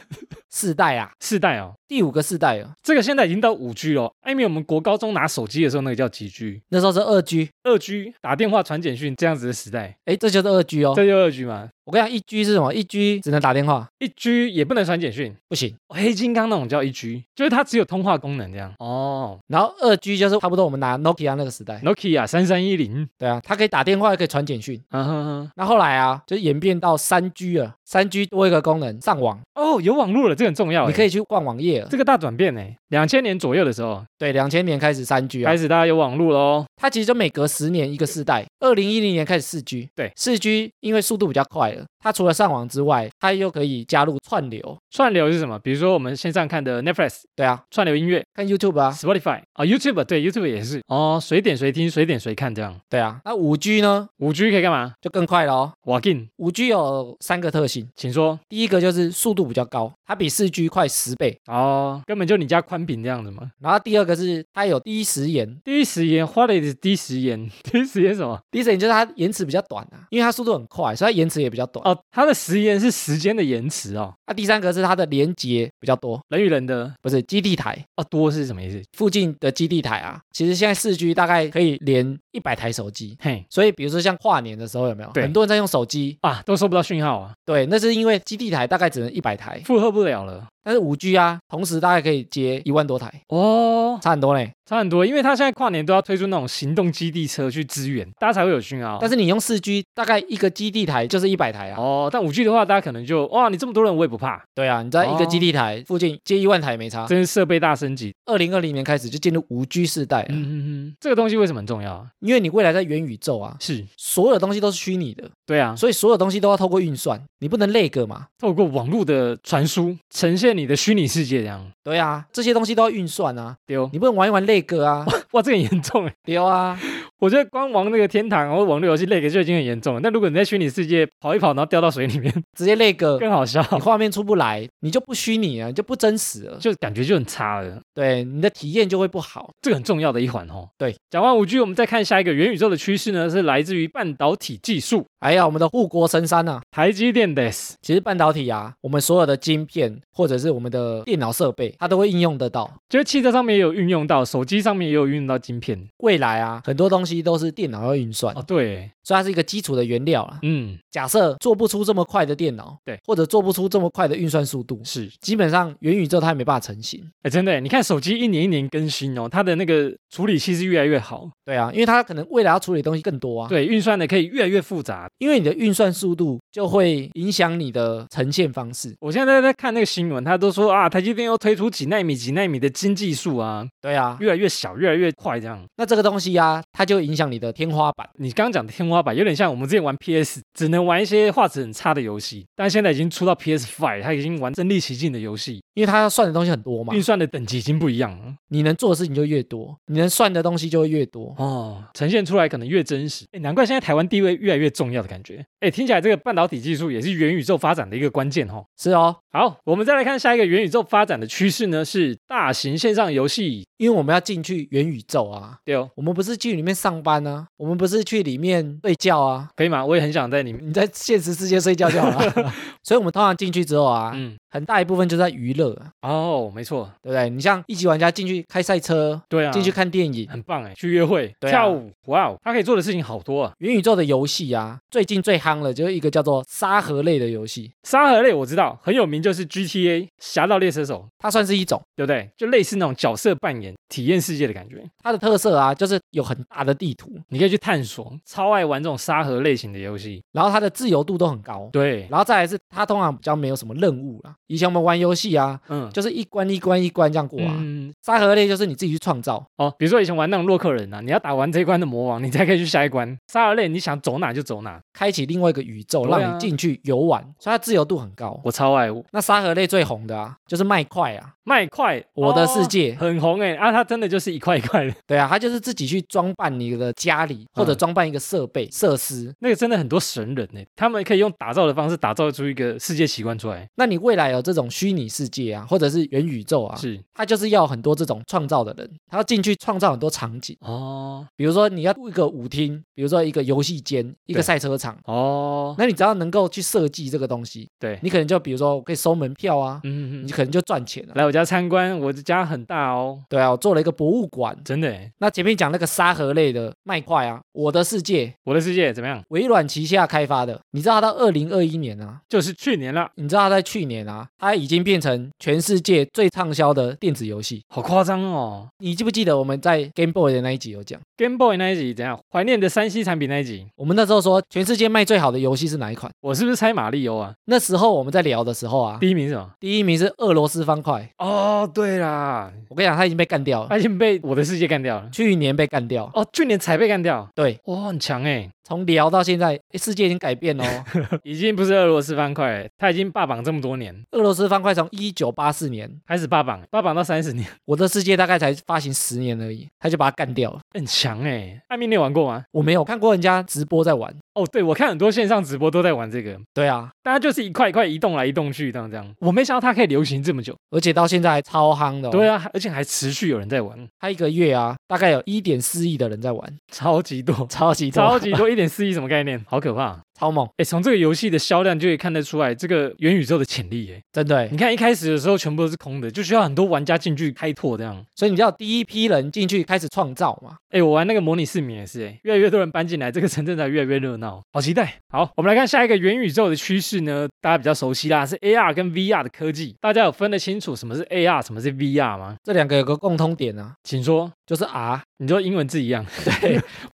Speaker 2: 世代啊，
Speaker 1: 世代哦，
Speaker 2: 第五个世代啊，
Speaker 1: 这个现在已经到五 G 了。哦艾米，我们国高中拿手机的时候，那个叫几 G？
Speaker 2: 那时候是二 G，
Speaker 1: 二 G 打电话传简讯这样子的时代，
Speaker 2: 哎，这就是二 G 哦。
Speaker 1: 这就二 G 嘛。
Speaker 2: 我跟你讲，一 G 是什么？一 G 只能打电话，
Speaker 1: 一 G 也不能传简讯，
Speaker 2: 不行。
Speaker 1: 黑金刚那种叫一 G，就是它只有通话功能这样。哦
Speaker 2: 然后二 G 就是差不多我们拿 Nokia 那个时代，
Speaker 1: ，Nokia 三三一零，
Speaker 2: 对啊，它可以打电话，也可以传简讯。
Speaker 1: 嗯哼哼，
Speaker 2: 那后来啊，就演变到三 G 了，三 G 多一个功能，上网，
Speaker 1: 哦，有网络了，这个很重要。欸
Speaker 2: 你可
Speaker 1: 以，
Speaker 2: 以去逛网页了。
Speaker 1: 这个大转变呢，两千年左右的时候
Speaker 2: 对，两千年开始三 G 啊
Speaker 1: 开，始大家有网络喽。
Speaker 2: 它其实就每隔十年一个世代。二零一零年开始四 G，
Speaker 1: 对
Speaker 2: 四 G 因为速度比较快了，它除了上网之外，它又可以加入串流，
Speaker 1: 串流是什么？比如说我们线上看的 Netflix
Speaker 2: 对啊，
Speaker 1: 串流音乐、
Speaker 2: 看 YouTube 啊，
Speaker 1: Spotify 啊、YouTube 对 YouTube 也是哦，随点随听，随点随看这样。
Speaker 2: 对啊。那五 G 呢，
Speaker 1: 五 G 可以干嘛？
Speaker 2: 就更快了哦。
Speaker 1: 瓦劲，
Speaker 2: 五 G 有三个特性，
Speaker 1: 请说。
Speaker 2: 第一个就是速度比较高，它比四 G 快十倍。
Speaker 1: 哦，根本就你家宽屏这样子嘛。
Speaker 2: 然后第二个是它有低时延，
Speaker 1: 第一时间花了一第一时间， 第一时间什么？
Speaker 2: 低时延就是它延迟比较短啊，因为它速度很快，所以它延迟也比较短。
Speaker 1: 哦，它的时延是时间的延迟哦，
Speaker 2: 那、第三个是它的连接比较多，
Speaker 1: 人与人的
Speaker 2: 不是基地台
Speaker 1: 哦多是什么意思？
Speaker 2: 附近的基地台啊，其实现在四 G 大概可以连一百台手机。
Speaker 1: 嘿
Speaker 2: 所以，比如说像跨年的时候，有没有
Speaker 1: 对
Speaker 2: 很多人在用手机？
Speaker 1: 啊，都收不到讯号啊，
Speaker 2: 对，那是因为基地台大概只能一百台，
Speaker 1: 负荷不了了。
Speaker 2: 但是五 G 啊，同时大概可以接一万多台，
Speaker 1: 哦，
Speaker 2: 差很多嘞。
Speaker 1: 差很多，因为它现在跨年都要推出那种行动基地车去支援，大家才会有讯号。
Speaker 2: 但是你用四 G，大概一个基地台就是一百台啊。
Speaker 1: 哦哦，但五 G 的话，大家可能就哇，你这么多人我也不怕，
Speaker 2: 对啊，你在一个
Speaker 1: 哦
Speaker 2: 基地台附近接一万台也没差。
Speaker 1: 真是设备大升级。
Speaker 2: 二零二零年开始就进入五 G 世代了，
Speaker 1: 嗯哼哼，这个东西为什么很重要啊？
Speaker 2: 因为你未来在元宇宙啊，
Speaker 1: 是
Speaker 2: 所有东西都是虚拟的，
Speaker 1: 对啊，
Speaker 2: 所以所有东西都要透过运算，你不能那个嘛。
Speaker 1: 透过网络的传输，呈现你的虚拟世界这样。
Speaker 2: 对啊，这些东西都要运算啊，
Speaker 1: 丢、
Speaker 2: 你不能玩一玩那 个啊，
Speaker 1: 哇，这个很严重哎！
Speaker 2: 丢啊，
Speaker 1: 我觉得光玩那个天堂或网络游戏那个就已经很严重了。那如果你在虚拟世界跑一跑，然后掉到水里面，
Speaker 2: 直接那个。
Speaker 1: 更好笑，
Speaker 2: 你画面出不来，你就不虚拟啊，你就不真实了，
Speaker 1: 就感觉就很差了。
Speaker 2: 对你的体验就会不好。
Speaker 1: 这个很重要的一环哦。
Speaker 2: 对，
Speaker 1: 讲完五 G，我们再看下一个元宇宙的趋势呢，是来自于半导体技术，
Speaker 2: 还哎有我们的护国神山啊，
Speaker 1: 台积电的 S。
Speaker 2: 其实半导体啊，我们所有的晶片或者是我们的电脑设备，它都会应用得到。
Speaker 1: 就是汽车上面也有运用到，手机上面也有运用到晶片
Speaker 2: 未来啊，很多东西都是电脑要运算，
Speaker 1: 哦。对，
Speaker 2: 所以它是一个基础的原料啦。
Speaker 1: 嗯，
Speaker 2: 假设做不出这么快的电脑，
Speaker 1: 对，
Speaker 2: 或者做不出这么快的运算速度，
Speaker 1: 是，
Speaker 2: 基本上元宇宙它也没办法成型。
Speaker 1: 哎，真的耶，你看手机一年一年更新哦，它的那个处理器是越来越好，
Speaker 2: 对啊，因为它可能未来要处理的东西更多啊。，
Speaker 1: 对，运算的可以越来越复杂。
Speaker 2: 因为你的运算速度就会影响你的呈现方式。
Speaker 1: 我现在在看那个新闻，他都说啊，台积电又推出几纳米、几纳米的新技术啊，
Speaker 2: 对啊，
Speaker 1: 越来越小，越来越快这样。
Speaker 2: 那这个东西啊，它就影响你的天花板。
Speaker 1: 你刚刚讲的天花板有点像我们之前玩 PS，只能玩一些画质很差的游戏，但现在已经出到 PS Five，它已经玩身临其境的游戏，
Speaker 2: 因为它要算的东西很多嘛
Speaker 1: 运，算的等级已经不一样了
Speaker 2: 你能做的事情就越多，你能算的东西就会越多。
Speaker 1: 哦，呈现出来可能越真实。哎，难怪现在台湾地位越来越重要的感觉。哎，听起来这个半导体技术也是元宇宙发展的一个关键哦。
Speaker 2: 是哦，
Speaker 1: 好，我们再来看下一个元宇宙发展的趋势呢，是大型线上游戏。
Speaker 2: 因为我们要进去元宇宙啊，
Speaker 1: 对哦，
Speaker 2: 我们不是去里面上班啊，我们不是去里面睡觉啊，
Speaker 1: 可以吗？我也很想在里面。
Speaker 2: 你在现实世界睡觉就好 了。所以我们通常进去之后啊，
Speaker 1: 嗯，
Speaker 2: 很大一部分就在娱乐啊，
Speaker 1: 哦，没错，
Speaker 2: 对不对？你像一级玩家进去开赛车，
Speaker 1: 对啊，
Speaker 2: 进去看电影。
Speaker 1: 很棒哎，去约会、
Speaker 2: 对啊
Speaker 1: 跳舞，哇哦，他可以做的事情好多啊。
Speaker 2: 元宇宙的游戏啊，最近最夯了，就是一个叫做沙盒类的游戏，
Speaker 1: 沙盒类我知道很有名，就是 GTA《侠盗猎车手》，
Speaker 2: 它算是一种。
Speaker 1: 对不对？就类似那种角色扮演、体验世界的感觉，
Speaker 2: 它的特色啊，就是有很大的地图，
Speaker 1: 你可以去探索。超爱玩这种沙盒类型的游戏。
Speaker 2: 然后它的自由度都很高。
Speaker 1: 对，
Speaker 2: 然后再来是它通常比较没有什么任务啦，以前我们玩游戏啊，
Speaker 1: 嗯，
Speaker 2: 就是一关一关一关这样过啊。
Speaker 1: 嗯
Speaker 2: 沙盒类就是你自己去创造，
Speaker 1: 哦，比如说以前玩那种洛克人啊，你要打完这一关的魔王，你才可以去下一关。沙尔类你想走哪就走哪，
Speaker 2: 开启另外一个宇宙，
Speaker 1: 对啊
Speaker 2: 让你进去游玩，所以它自由度很高。
Speaker 1: 我超爱我
Speaker 2: 那沙盒类最红的啊，就是麦块啊，
Speaker 1: 麦块，
Speaker 2: 我的世
Speaker 1: 哦
Speaker 2: 界，
Speaker 1: 很红哎、啊，它真的就是一块一块的，
Speaker 2: 对啊，它就是自己去装扮你的家
Speaker 1: 嗯
Speaker 2: 里，或者装扮一个设备、设施。
Speaker 1: 那个真的很多神人哎、他们可以用打造的方式打造出一个世界奇观出来，
Speaker 2: 那你未来有这种虚拟世界啊，或者是元宇宙啊，
Speaker 1: 是
Speaker 2: 它就是要很多这种创造的人，他要进去创造很多场景，
Speaker 1: 哦
Speaker 2: 比如说你要一个舞厅，比如说一个游戏间，一个
Speaker 1: 对
Speaker 2: 赛车场。
Speaker 1: 哦，
Speaker 2: 那你只要能够去设计这个东西，
Speaker 1: 对，
Speaker 2: 你可能就比如说我可以收门票啊，
Speaker 1: 嗯嗯
Speaker 2: 你
Speaker 1: 嗯，
Speaker 2: 可能就赚钱了。
Speaker 1: 来我家参观，我的家很大哦，
Speaker 2: 对啊，我做了一个博物馆。
Speaker 1: 真的、欸，
Speaker 2: 那前面讲那个沙盒类的麦块啊，我的世界，
Speaker 1: 我的世界怎么样？
Speaker 2: 微软旗下开发的，你知道它到二零二一年啊，
Speaker 1: 就是去年啦，
Speaker 2: 你知道它在去年啊，它已经变成全世界最畅销的电子游戏。
Speaker 1: 好夸张哦。
Speaker 2: 你记不记得我们在 Game Boy 的那一集有讲？
Speaker 1: Game Boy 那一集怎样？怀念的山西产品那一集，
Speaker 2: 我们那时候说全世界卖最好的游戏是哪一款？
Speaker 1: 我是不是猜马里欧啊？
Speaker 2: 那时候我们在聊的时候啊，
Speaker 1: 第一名是什么？
Speaker 2: 第一名是俄罗斯方块。
Speaker 1: 哦，对啦，
Speaker 2: 我跟你讲，它已经被干掉了，
Speaker 1: 他已经被我的世界干掉了。
Speaker 2: 去年被干掉。
Speaker 1: 哦，去年才被干掉，
Speaker 2: 对，
Speaker 1: 哇，很强哎，
Speaker 2: 从聊到现在，诶世界已经改变 了哦。
Speaker 1: 已经不是俄罗斯方块了，他已经霸榜这么多年，
Speaker 2: 俄罗斯方块从一九八四年，
Speaker 1: 开始霸榜，霸榜到三十年，
Speaker 2: 我的世界大概才发行十年而已，他就把它干掉了。
Speaker 1: 很强哎。艾米，你有玩过吗？
Speaker 2: 我没有看过人家直播在玩。
Speaker 1: 哦，对，我看很多线上直播都在玩这个，
Speaker 2: 对啊，
Speaker 1: 大家就是一块一块移动来移动去，这样这样。我没想到它可以流行这么久，
Speaker 2: 而且到现在还超夯的、哦。
Speaker 1: 对
Speaker 2: 啊，
Speaker 1: 啊，而且还持续有人在玩，
Speaker 2: 他一个月啊，大概有一点四亿的人在玩。
Speaker 1: 超级多，
Speaker 2: 超级多
Speaker 1: 超级多，一点四亿什么概念？好可怕。
Speaker 2: 超猛，
Speaker 1: 哎，从这个游戏的销量就可以看得出来这个元宇宙的潜力。哎，
Speaker 2: 真的欸。
Speaker 1: 你看一开始的时候全部都是空的，就需要很多玩家进去开拓这样。
Speaker 2: 所以你知道第一批人进去开始创造嘛？
Speaker 1: 哎，我玩那个模拟市民也是，哎，越来越多人搬进来，这个城镇才越来越热闹，好期待。好，我们来看下一个元宇宙的趋势呢，大家比较熟悉啦，是 AR 跟 VR 的科技。大家有分得清楚什么是 AR，什么是 VR 吗？
Speaker 2: 这两个有个共通点啊，
Speaker 1: 请说。
Speaker 2: 就是 R，
Speaker 1: 你说英文字一样，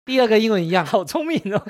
Speaker 2: 第二个英文一样，
Speaker 1: 好聪明哦！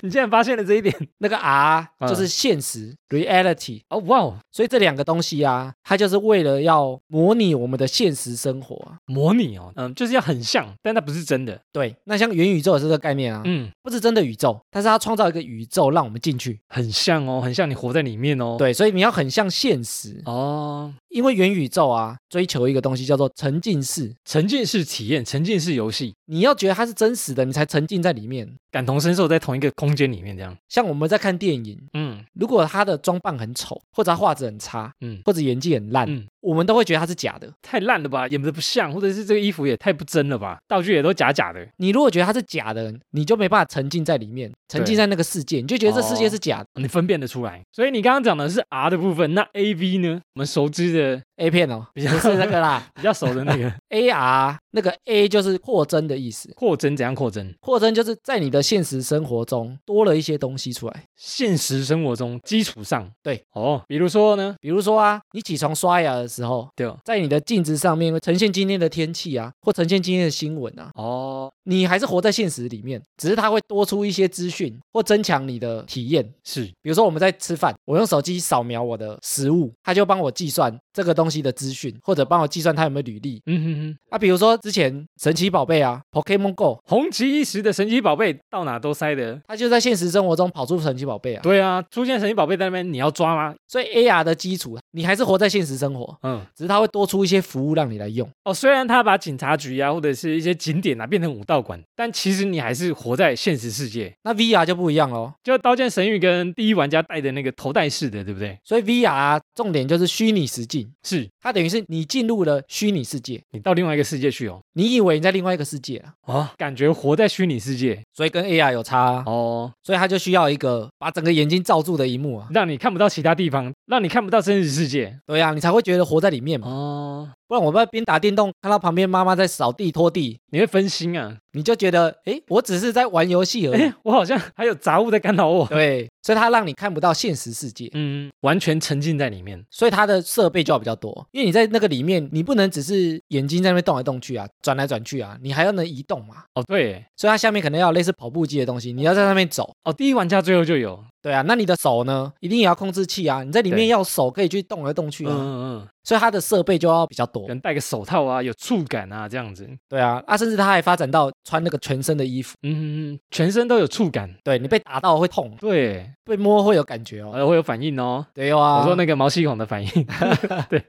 Speaker 1: 你竟然发现了这一点
Speaker 2: 那个 R
Speaker 1: 嗯
Speaker 2: 就是现实、reality。
Speaker 1: 哦，哇哦，
Speaker 2: 所以这两个东西啊，它就是为了要模拟我们的现实生活啊。
Speaker 1: 模拟哦，嗯，就是要很像，但它不是真的，
Speaker 2: 对，那像元宇宙也是这个概念啊，
Speaker 1: 嗯，
Speaker 2: 不是真的宇宙，但是它创造一个宇宙让我们进去。
Speaker 1: 很像哦，很像你活在里面哦。
Speaker 2: 对，所以你要很像现实，
Speaker 1: 哦，
Speaker 2: 因为元宇宙啊，追求一个东西叫做沉浸式，
Speaker 1: 沉浸式体验、沉浸式游戏，
Speaker 2: 你要觉得它是真实的，你才沉浸在里面。
Speaker 1: 感同身受在同一个空间里面这样。
Speaker 2: 像我们在看电影，
Speaker 1: 嗯，
Speaker 2: 如果他的装扮很丑，或者他画质很差，
Speaker 1: 嗯
Speaker 2: 或者演技很烂，
Speaker 1: 嗯
Speaker 2: 我们都会觉得他是假的。
Speaker 1: 太烂了吧，演的不像，或者是这个衣服也太不真了吧，道具也都假假的。
Speaker 2: 你如果觉得他是假的，你就没办法沉浸在里面，沉浸在那个世界，你就觉得这世界
Speaker 1: 哦
Speaker 2: 是假的。
Speaker 1: 你分辨得出来，所以你刚刚讲的是 R 的部分，那 A V 呢？我们熟知的
Speaker 2: A 片哦，
Speaker 1: 比
Speaker 2: 不
Speaker 1: 较
Speaker 2: 是那个啦
Speaker 1: 比较熟的那个
Speaker 2: ，AR 那个 A 就是扩增的意思，
Speaker 1: 扩增，怎样扩增？
Speaker 2: 扩增就是在你的现实生活中多了一些东西出来。
Speaker 1: 现实生活中基础上，
Speaker 2: 对
Speaker 1: 哦，比如说呢，
Speaker 2: 比如说啊，你起床刷牙的时候，
Speaker 1: 对哦
Speaker 2: 在你的镜子上面会呈现今天的天气啊，或呈现今天的新闻啊，
Speaker 1: 哦，
Speaker 2: 你还是活在现实里面，只是它会多出一些资讯或增强你的体验。
Speaker 1: 是
Speaker 2: 比如说我们在吃饭，我用手机扫描我的食物，它就帮我计算这个东西的资讯，或者帮我计算它有没有履历。
Speaker 1: 嗯哼哼，
Speaker 2: 啊，比如说之前神奇宝贝啊，Pokemon Go，
Speaker 1: 红极一时的神奇宝贝到哪都塞的。
Speaker 2: 它就在现实生活中跑出神奇宝贝啊。
Speaker 1: 对啊，出现神奇宝贝在那边，你要抓吗？
Speaker 2: 所以 AR 的基础，你还是活在现实生活，
Speaker 1: 嗯，
Speaker 2: 只是它会多出一些服务让你来用。
Speaker 1: 哦，虽然他把警察局啊或者是一些景点啊变成武道馆，但其实你还是活在现实世界。
Speaker 2: 那 VR 就不一样喽，
Speaker 1: 就《刀剑神域》跟第一玩家戴的那个头戴式的，对不对？
Speaker 2: 所以 VR 啊重点就是虚拟实境，
Speaker 1: 是
Speaker 2: 它等于是你进入了虚拟世界，
Speaker 1: 你到另外一个世界去哦。
Speaker 2: 你以为你在另外一个世界啊，
Speaker 1: 哦，感觉活在虚拟世界
Speaker 2: 所以跟 AR 有差、啊。
Speaker 1: 哦，
Speaker 2: 所以它就需要一个把整个眼睛罩住的一幕啊，
Speaker 1: 让你看不到其他地方，让你看不到真实世界
Speaker 2: 对啊，你才会觉得活在里面嘛。
Speaker 1: 哦，
Speaker 2: 不然我们边打电动，看到旁边妈妈在扫地拖地，
Speaker 1: 你会分心啊。
Speaker 2: 你就觉得诶，我只是在玩游戏而已
Speaker 1: 哎。，我好像还有杂物在干扰我。
Speaker 2: 对，所以它让你看不到现实世界，
Speaker 1: 嗯，完全沉浸在里面。
Speaker 2: 所以它的设备就要比较多，因为你在那个里面，你不能只是眼睛在那边动来动去啊，转来转去啊，你还要能移动嘛。
Speaker 1: 哦，对耶，
Speaker 2: 所以它下面可能要有类似跑步机的东西，你要在上面走。
Speaker 1: 哦，第一玩家最后就有
Speaker 2: 对啊，那你的手呢，一定也要控制器啊，你在里
Speaker 1: 对
Speaker 2: 面要手可以去动来动去
Speaker 1: 嗯
Speaker 2: 啊，
Speaker 1: 嗯
Speaker 2: 所以它的设备就要比较
Speaker 1: 嗯，
Speaker 2: 多
Speaker 1: 可。能戴个手套啊，有触感啊，这样子，嗯
Speaker 2: 对啊，啊，甚至它还发展到穿那个全身的衣服，
Speaker 1: 嗯，嗯全身都有触感，
Speaker 2: 对你被打到会痛，
Speaker 1: 对，
Speaker 2: 被摸会有感觉哦。
Speaker 1: 呃，会有反应哦。
Speaker 2: 对啊，
Speaker 1: 我说那个毛细孔的反应，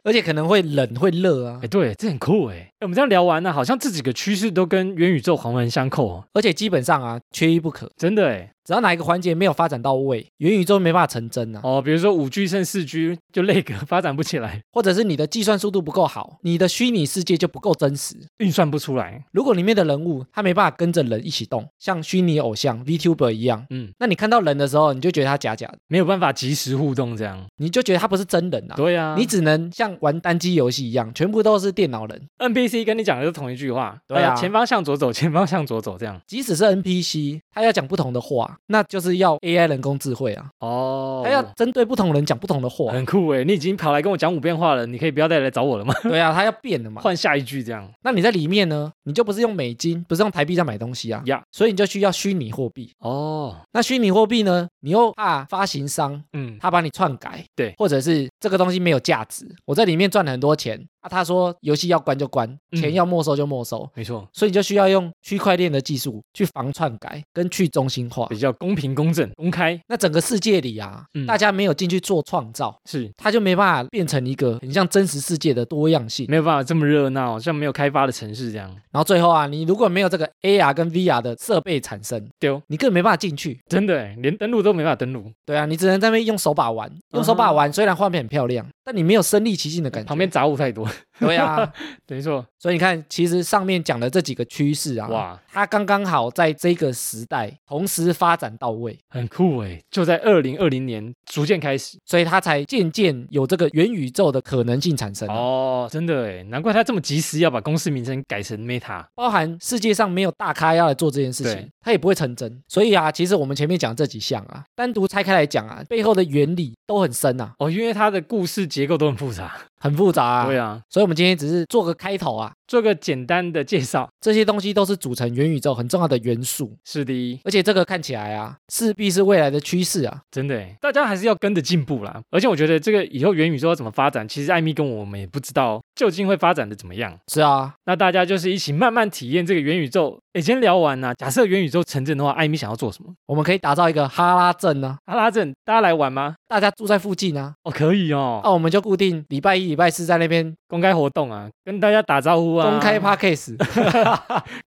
Speaker 2: 而且可能会冷会热啊
Speaker 1: 哎，，对，这很酷哎。哎我们这样聊完呢，好像这几个趋势都跟元宇宙环环相扣哦，
Speaker 2: 而且基本上啊缺一不可，
Speaker 1: 真的哎。
Speaker 2: 只要哪一个环节没有发展到位，元宇宙没办法成真啊，
Speaker 1: 哦，比如说五 G 剩四 G 就内格发展不起来，
Speaker 2: 或者是你的计算速度不够好，你的虚拟世界就不够真实。
Speaker 1: 运算不出来。
Speaker 2: 如果里面的人物他没办法跟着人一起动，像虚拟偶像 VTuber 一样，
Speaker 1: 嗯，
Speaker 2: 那你看到人的时候，你就觉得他假假的，
Speaker 1: 没有办法及时互动这样。
Speaker 2: 你就觉得他不是真人啊。
Speaker 1: 对啊，
Speaker 2: 你只能像玩单机游戏一样，全部都是电脑人。
Speaker 1: NPC 跟你讲的是同一句话，
Speaker 2: 对啊
Speaker 1: 呃前方向左走，前方向左走这样。
Speaker 2: 即使是 NPC，他要讲不同的话，那就是要 AI 人工智慧啊，
Speaker 1: 哦
Speaker 2: 他要针对不同人讲不同 的话。
Speaker 1: 很酷哎，你已经跑来跟我讲五遍话了，你可以不要再来找我了吗？
Speaker 2: 对啊，他要变的嘛。
Speaker 1: 换下一句这样。
Speaker 2: 那你在里面呢，你就不是用美金，不是用台币在买东西啊
Speaker 1: 呀
Speaker 2: 所以你就需要虚拟货币。
Speaker 1: 哦，
Speaker 2: 那虚拟货币呢，你又怕发行商
Speaker 1: 嗯，
Speaker 2: 他把你篡改，
Speaker 1: 对
Speaker 2: 或者是这个东西没有价值，我在里面赚了很多钱啊，他说游戏要关就关，
Speaker 1: 嗯
Speaker 2: 钱要没收就没收，
Speaker 1: 没错，
Speaker 2: 所以你就需要用区块链的技术去防篡改跟去中心化。
Speaker 1: 比较公平、公正、公开
Speaker 2: 那整个世界里啊，
Speaker 1: 嗯
Speaker 2: 大家没有进去做创造，
Speaker 1: 是
Speaker 2: 它就没办法变成一个很像真实世界的多样性。
Speaker 1: 没有办法这么热闹，像没有开发的城市这样。
Speaker 2: 然后最后啊，你如果没有这个 AR 跟 VR 的设备产生，
Speaker 1: 丢，
Speaker 2: 你根本没办法进去。
Speaker 1: 真的哎，连登录都没办法登录，
Speaker 2: 对啊，你只能在那边用手把玩，用手把玩，虽然画面很漂亮，但你没有身临其境的感觉。
Speaker 1: 嗯旁边杂物太 多。
Speaker 2: 对啊，
Speaker 1: 没错，
Speaker 2: 所以你看，其实上面讲的这几个趋势啊，哇，
Speaker 1: 哇，
Speaker 2: 它刚刚好在这个时代同时发展到位，
Speaker 1: 很酷哎，就在二零二零年逐渐开始。
Speaker 2: 所以它才渐渐有这个元宇宙的可能性产生啊、
Speaker 1: 哦，真的哎，难怪他这么及时要把公司名称改成 Meta。
Speaker 2: 包含世界上没有大咖要来做这件事
Speaker 1: 对
Speaker 2: 情，它也不会成真。所以啊，其实我们前面讲这几项啊，单独拆开来讲啊，背后的原理都很深啊，
Speaker 1: 哦，因为它的故事结构都很复杂。
Speaker 2: 很复杂啊。
Speaker 1: 对啊，
Speaker 2: 所以我们今天只是做个开头啊，
Speaker 1: 做个简单的介绍。
Speaker 2: 这些东西都是组成元宇宙很重要的元素，
Speaker 1: 是的，
Speaker 2: 而且这个看起来啊，势必是未来的趋势啊。
Speaker 1: 真的耶，大家还是要跟着进步啦。而且我觉得这个以后元宇宙要怎么发展，其实艾米跟我们也不知道究竟会发展的怎么样。
Speaker 2: 是啊，
Speaker 1: 那大家就是一起慢慢体验这个元宇宙。诶，今天聊完呢、啊假设元宇宙成真的话，艾米想要做什么？
Speaker 2: 我们可以打造一个哈拉镇啊，
Speaker 1: 阿拉镇，大家来玩吗？
Speaker 2: 大家住在附近啊，
Speaker 1: 哦，可以哦，
Speaker 2: 那、我们就固定礼拜一、礼拜四在那边
Speaker 1: 公开活动啊，跟大家打招呼啊，
Speaker 2: 公开 podcast。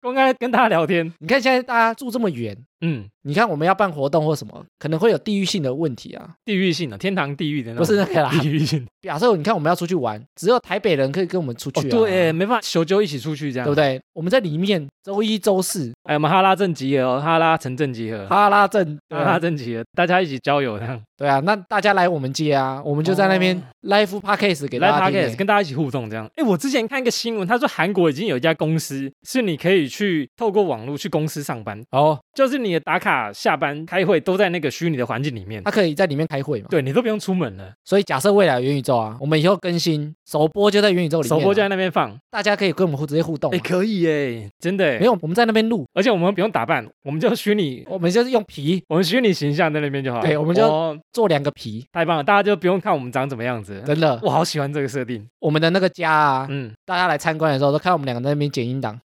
Speaker 1: 公开跟大家聊天。
Speaker 2: 你看现在大家住这么远，
Speaker 1: 嗯，
Speaker 2: 你看我们要办活动或什么，可能会有地域性的问题啊。
Speaker 1: 地狱性的，天堂地狱的那
Speaker 2: 不
Speaker 1: 种，
Speaker 2: 是那个啦。
Speaker 1: 地狱性。
Speaker 2: 假设你看我们要出去玩，只有台北人可以跟我们出
Speaker 1: 哦，
Speaker 2: 去、啊
Speaker 1: 对耶，没办法，修就一起出去这样，
Speaker 2: 对不？对？我们在里面周一、周四
Speaker 1: 哎，我们哈拉镇集合哦，哈拉城镇集合，
Speaker 2: 哈拉镇，对
Speaker 1: 哈拉
Speaker 2: 啊，
Speaker 1: 镇集合，大家一起交友这样。
Speaker 2: 对啊，那大家来我们家啊，我们就在那边
Speaker 1: 哦
Speaker 2: live podcast 给
Speaker 1: 来
Speaker 2: 大家听
Speaker 1: podcast
Speaker 2: 欸。
Speaker 1: 跟大家一起互动这样。哎，我之前看一个新闻，他说韩国已经有一家公司是你可以去透过网络去公司上班，
Speaker 2: 哦，
Speaker 1: 就是你的打卡、下班、开会都在那个虚拟的环境里面
Speaker 2: 他，可以在里面开会嘛？
Speaker 1: 对你都不用出门了，
Speaker 2: 所以假设未来元宇宙啊，我们以后更新首播就在元宇宙里面啊、
Speaker 1: 首播就在那边放。
Speaker 2: 大家可以跟我们互直接互动、
Speaker 1: 哎，
Speaker 2: 啊。
Speaker 1: 可以耶，真的
Speaker 2: 没
Speaker 1: 耶，
Speaker 2: 有，我们在那边录，
Speaker 1: 而且我们不用打扮，我们就虚拟。
Speaker 2: 我们就是用皮
Speaker 1: 我们虚拟形象在那边就好了，
Speaker 2: 对我们就
Speaker 1: 哦
Speaker 2: 做两个皮，
Speaker 1: 太棒了，大家就不用看我们长怎么样子。
Speaker 2: 真的，
Speaker 1: 我好喜欢这个设定，
Speaker 2: 我们的那个家啊，
Speaker 1: 嗯，
Speaker 2: 大家来参观的时候都看到我们两个在那边剪 音档，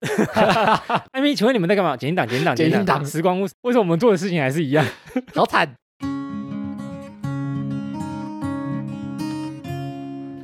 Speaker 1: 艾米，哎请问你们在干嘛？剪音档，剪音档，
Speaker 2: 剪音档
Speaker 1: 时光屋，为什么我们做的事情还是一 样？
Speaker 2: 好惨。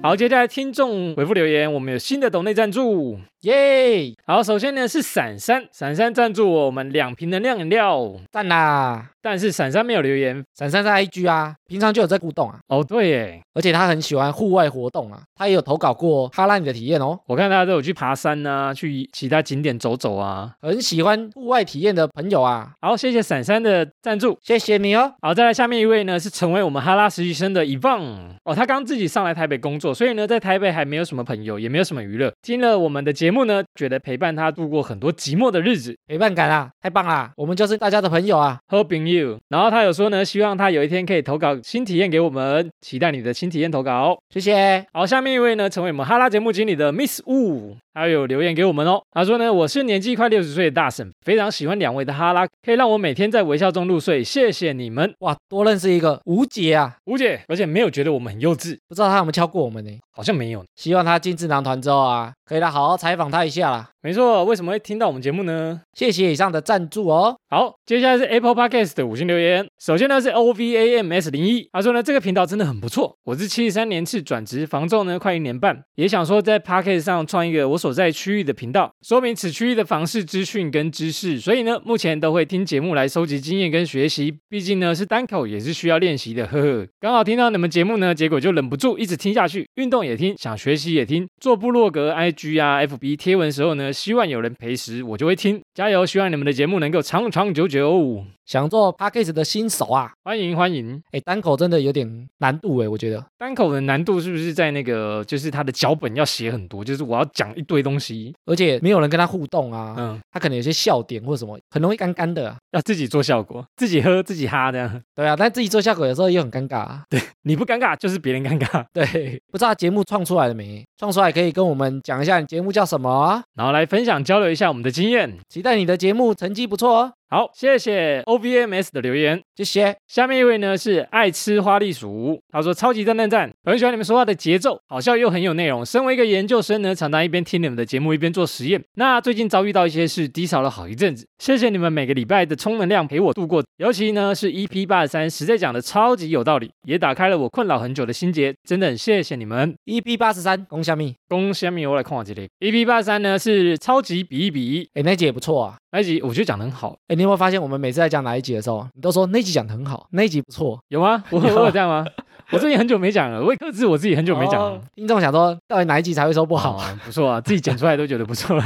Speaker 1: 好，接下来听众回复留言，我们有新的抖内赞助。
Speaker 2: 耶，
Speaker 1: 好，首先呢是闪闪，闪闪赞助我们两瓶能量饮料，
Speaker 2: 赞啦！
Speaker 1: 但是闪闪没有留言。
Speaker 2: 闪闪在 IG 啊，平常就有在互动啊，
Speaker 1: 哦，对耶，
Speaker 2: 而且他很喜欢户外活动啊，他也有投稿过哈拉你的体验哦，
Speaker 1: 我看大家都有去爬山啊，去其他景点走走啊。
Speaker 2: 很喜欢户外体验的朋友啊，
Speaker 1: 好，谢谢闪闪的赞助。
Speaker 2: 谢谢你哦。
Speaker 1: 好，再来下面一位呢，是成为我们哈拉实习生的 e v o n 哦，他刚自己上来台北工作，所以呢，在台北还没有什么朋友，也没有什么娱乐。听了我们的节节目呢，觉得陪伴他度过很多寂寞的日子，
Speaker 2: 陪伴感啊，太棒啦！我们就是大家的朋友啊，
Speaker 1: h o p i n g you。然后他有说呢，希望他有一天可以投稿新体验给我们，期待你的新体验投稿。
Speaker 2: 谢谢。
Speaker 1: 好，下面一位呢，成为我们哈拉节目经理的 Miss Wu，他有留言给我们哦。他说呢，我是年纪快六十岁的大婶，非常喜欢两位的哈拉，可以让我每天在微笑中入睡，谢谢你们，
Speaker 2: 哇，多认识一个吴姐啊，
Speaker 1: 吴姐。而且没有觉得我们很幼稚，
Speaker 2: 不知道她有没有敲过我们呢？
Speaker 1: 好像没有。
Speaker 2: 希望她进智囊团之后啊，可以来好好采访她一下啦。
Speaker 1: 没错，为什么会听到我们节目呢？
Speaker 2: 谢谢以上的赞助哦。
Speaker 1: 好，接下来是 Apple Podcast 的五星留言。首先呢是 O V A M S 零一，他说呢这个频道真的很不错。我是七十三年次转职房仲呢，快一年半，也想说在 Podcast 上创一个我所在区域的频道，说明此区域的房市资讯跟知识。所以呢，目前都会听节目来收集经验跟学习，毕竟呢是单口也是需要练习的，呵呵。刚好听到你们节目呢，结果就忍不住一直听下去，运动也听，想学习也听，做部落格、IG 啊、FB 贴文的时候呢，希望有人陪时，我就会听。加油，希望你们的节目能够长长久久。
Speaker 2: 想做 p a c k a g e 的新手啊，
Speaker 1: 欢迎欢迎，
Speaker 2: 哎，单口真的有点难度哎，我觉得。
Speaker 1: 单口的难度是不是在那个就是他的脚本要写很多，就是我要讲一堆东西，
Speaker 2: 而且没有人跟他互动啊，
Speaker 1: 嗯，
Speaker 2: 他可能有些笑点或者什么，很容易干干的啊、
Speaker 1: 要自己做效果，自己喝自己哈这样，
Speaker 2: 对啊，但自己做效果有时候又很尴尬、啊。对
Speaker 1: 你不尴尬就是别人尴尬。
Speaker 2: 对，不知道节目创出来了没？创出来可以跟我们讲一下你节目叫什么啊、
Speaker 1: 然后来分享交流一下我们的经验。
Speaker 2: 期待你的节目成绩不错哦，
Speaker 1: 好，谢谢 OVMS 的留言。
Speaker 2: 谢谢。
Speaker 1: 下面一位呢是爱吃花栗鼠，他说超级赞赞赞，很喜欢你们说话的节奏，好笑又很有内容。身为一个研究生呢，常常一边听你们的节目一边做实验。那最近遭遇到一些事，低潮了好一阵子，谢谢你们每个礼拜的充能量陪我度过。尤其呢是 EP 八十三，实在讲的超级有道理，也打开了我困扰很久的心结，真的很谢谢你们。
Speaker 2: EP 八十三，恭喜蜜，
Speaker 1: 恭喜米我来看我这里 EP 八十三呢是超级比一比一
Speaker 2: 哎，那集也不错啊。
Speaker 1: 那一集，我觉得讲的很好，
Speaker 2: 哎，你有没有发现我们每次在讲哪一集的时候，你都说那集讲得很好，那一集不错，
Speaker 1: 有 吗？我
Speaker 2: 有
Speaker 1: 我有这样吗？我最近很久没讲了，我也克制我自己很久没讲了
Speaker 2: 哦。。听众想说，到底哪一集才会说不好？
Speaker 1: 哦，不错啊，自己剪出来都觉得不 错。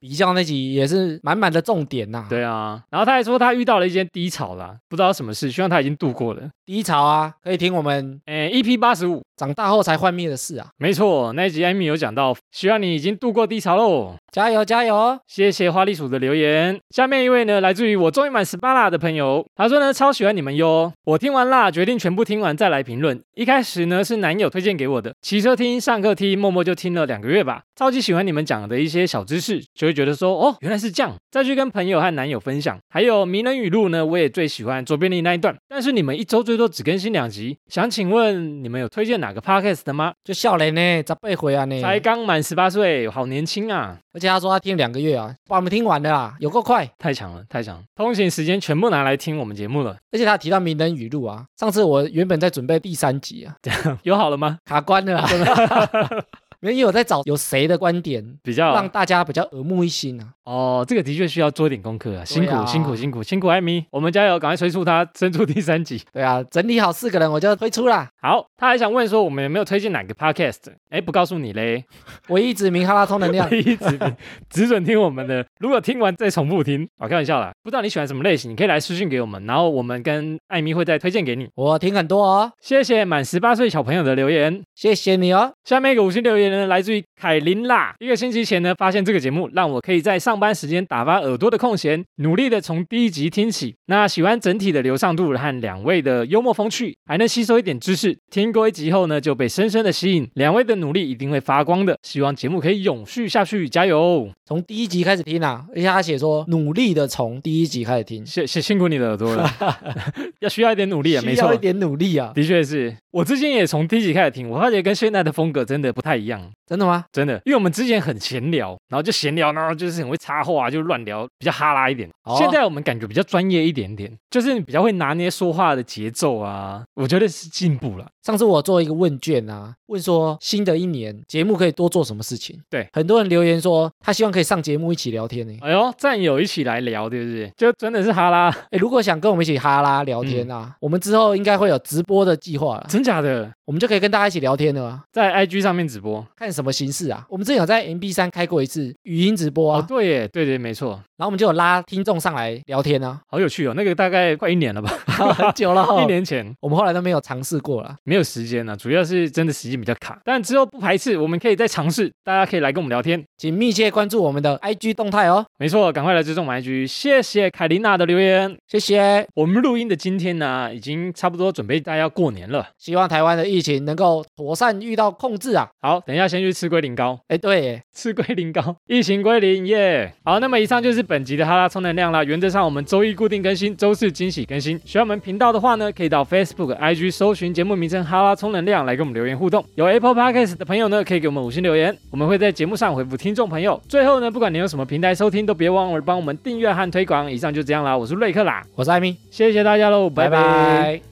Speaker 2: 比较那集也是满满的重点呐、，
Speaker 1: 对啊，然后他还说他遇到了一些低潮啦，不知道什么事，希望他已经度过了。
Speaker 2: 低潮啊，可以听我们
Speaker 1: 诶 e p 八十五，
Speaker 2: 长大后才幻灭的事啊，
Speaker 1: 没错，那一集艾米有讲到，希望你已经度过低潮喽。
Speaker 2: 加油加油哦！
Speaker 1: 谢谢花栗鼠的留言。下面一位呢，来自于我终于满十八啦的朋友，他说呢超喜欢你们哟。我听完啦，决定全部听完再来评论。一开始呢是男友推荐给我的，骑车听、上课听，默默就听了两个月吧。超级喜欢你们讲的一些小知识，就会觉得说哦原来是这样，再去跟朋友和男友分享。还有名人语录呢，我也最喜欢卓别林那一段，但是你们一周最多只更新两集。想请问你们有推荐哪个 podcast 的吗？
Speaker 2: 就笑脸呢，咋背回啊呢？
Speaker 1: 才刚满十八岁，好年轻啊！
Speaker 2: 而且他说他听两个月啊，把我们听完了啦，有够快。
Speaker 1: 太强了，太强了！通勤时间全部拿来听我们节目了，
Speaker 2: 而且他提到名人语录啊，上次我原本在准备第三集啊，
Speaker 1: 有好了吗？
Speaker 2: 卡关 了啊，没有因为我在找有谁的观点
Speaker 1: 比较
Speaker 2: 让大家比较耳目一新啊。
Speaker 1: 哦，这个的确需要做一点功课啊，辛苦、辛苦辛苦辛苦艾米，我们加油，赶快催促他生出第三集。
Speaker 2: 对啊，整理好四个人我就推出啦。
Speaker 1: 好，他还想问说我们有没有推荐哪个 podcast？哎，不告诉你嘞，
Speaker 2: 唯一指名哈拉充 能量，
Speaker 1: 第一直只准听我们的，如果听完再重复听，我、开玩笑啦，不知道你喜欢什么类型，你可以来私信给我们，然后我们跟艾米会再推荐给你。
Speaker 2: 我听很多哦，
Speaker 1: 谢谢满十八岁小朋友的留言，
Speaker 2: 谢谢你哦。
Speaker 1: 下面一个五星留言呢，来自于凯琳啦。一个星期前呢，发现这个节目让我可以在上班时间打发耳朵的空闲，努力的从第一集听起。那喜欢整体的流畅度和两位的幽默风趣，还能吸收一点知识。听过一集后呢，就被深深的吸引。两位的努力一定会发光的，希望节目可以永续下去，加油！
Speaker 2: 从第一集开始听啊，而且他写说努力的从第一集开始听，
Speaker 1: 辛辛辛苦你的耳朵了，要需要一点努 力啊，没
Speaker 2: 需要
Speaker 1: 错
Speaker 2: 一。点努力啊。
Speaker 1: 的确是我之前也从第一集开始听，我发觉跟现在的风格真的不太一样。
Speaker 2: 真的吗？
Speaker 1: 真的，因为我们之前很闲聊，然后就闲聊，然后就是很会插话，就乱聊，比较哈拉一点。
Speaker 2: 哦
Speaker 1: 现在我们感觉比较专业一点点，就是你比较会拿捏说话的节奏啊，我觉得是进步了。
Speaker 2: 上次我做一个问卷啊，问说新的一年节目可以多做什么事情？
Speaker 1: 对，
Speaker 2: 很多人留言说他希望可以上节目一起聊天呢、
Speaker 1: 哎呦，战友一起来聊，对不对？就真的是哈拉，嗯
Speaker 2: 诶如果想跟我们一起哈拉聊天啊，我们之后应该会有直播的计划了。
Speaker 1: 真真假的？
Speaker 2: 我们就可以跟大家一起聊天了啊。
Speaker 1: 在 IG 上面直播
Speaker 2: 看什么形式啊？我们之前有在 MB 三开过一次语音直播啊，
Speaker 1: 哦，对耶，对对，没错，
Speaker 2: 然后我们就有拉听众上来聊 天啊，
Speaker 1: 好有趣哦。那个大概快一年了 吧，
Speaker 2: 很久了、
Speaker 1: 一年前
Speaker 2: 我们后来都没有尝试过了。
Speaker 1: 没有时间啊了、主要是真的时间比较卡。但之后不排斥，我们可以再尝试，大家可以来跟我们聊天。
Speaker 2: 请密切关注我们的 IG 动态哦，
Speaker 1: 没错，赶快来追踪我们 IG。谢谢凯琳娜的留言。
Speaker 2: 谢谢。
Speaker 1: 我们录音的今天呢，已经差不多准备大家要过年了。
Speaker 2: 希望台湾的疫情能够妥善遇到控制啊。
Speaker 1: 好，等一下先去吃龟苓膏。
Speaker 2: 哎，对耶，
Speaker 1: 吃龟苓膏，疫情归零耶。好，那么以上就是本集的哈拉充能量啦。原则上我们周一固定更新，周四惊喜更新。喜欢我们频道的话呢，可以到 Facebook、IG 搜寻节目名称哈拉充能量来跟我们留言互动。有 Apple Podcast 的朋友呢，可以给我们五星留言，我们会在节目上回复听众朋友。最后呢，不管你用什么平台收听，都别忘了帮我们订阅和推广。以上就这样啦，我是瑞克啦，
Speaker 2: 我是艾米，
Speaker 1: 谢谢大家喽，拜拜
Speaker 2: 拜拜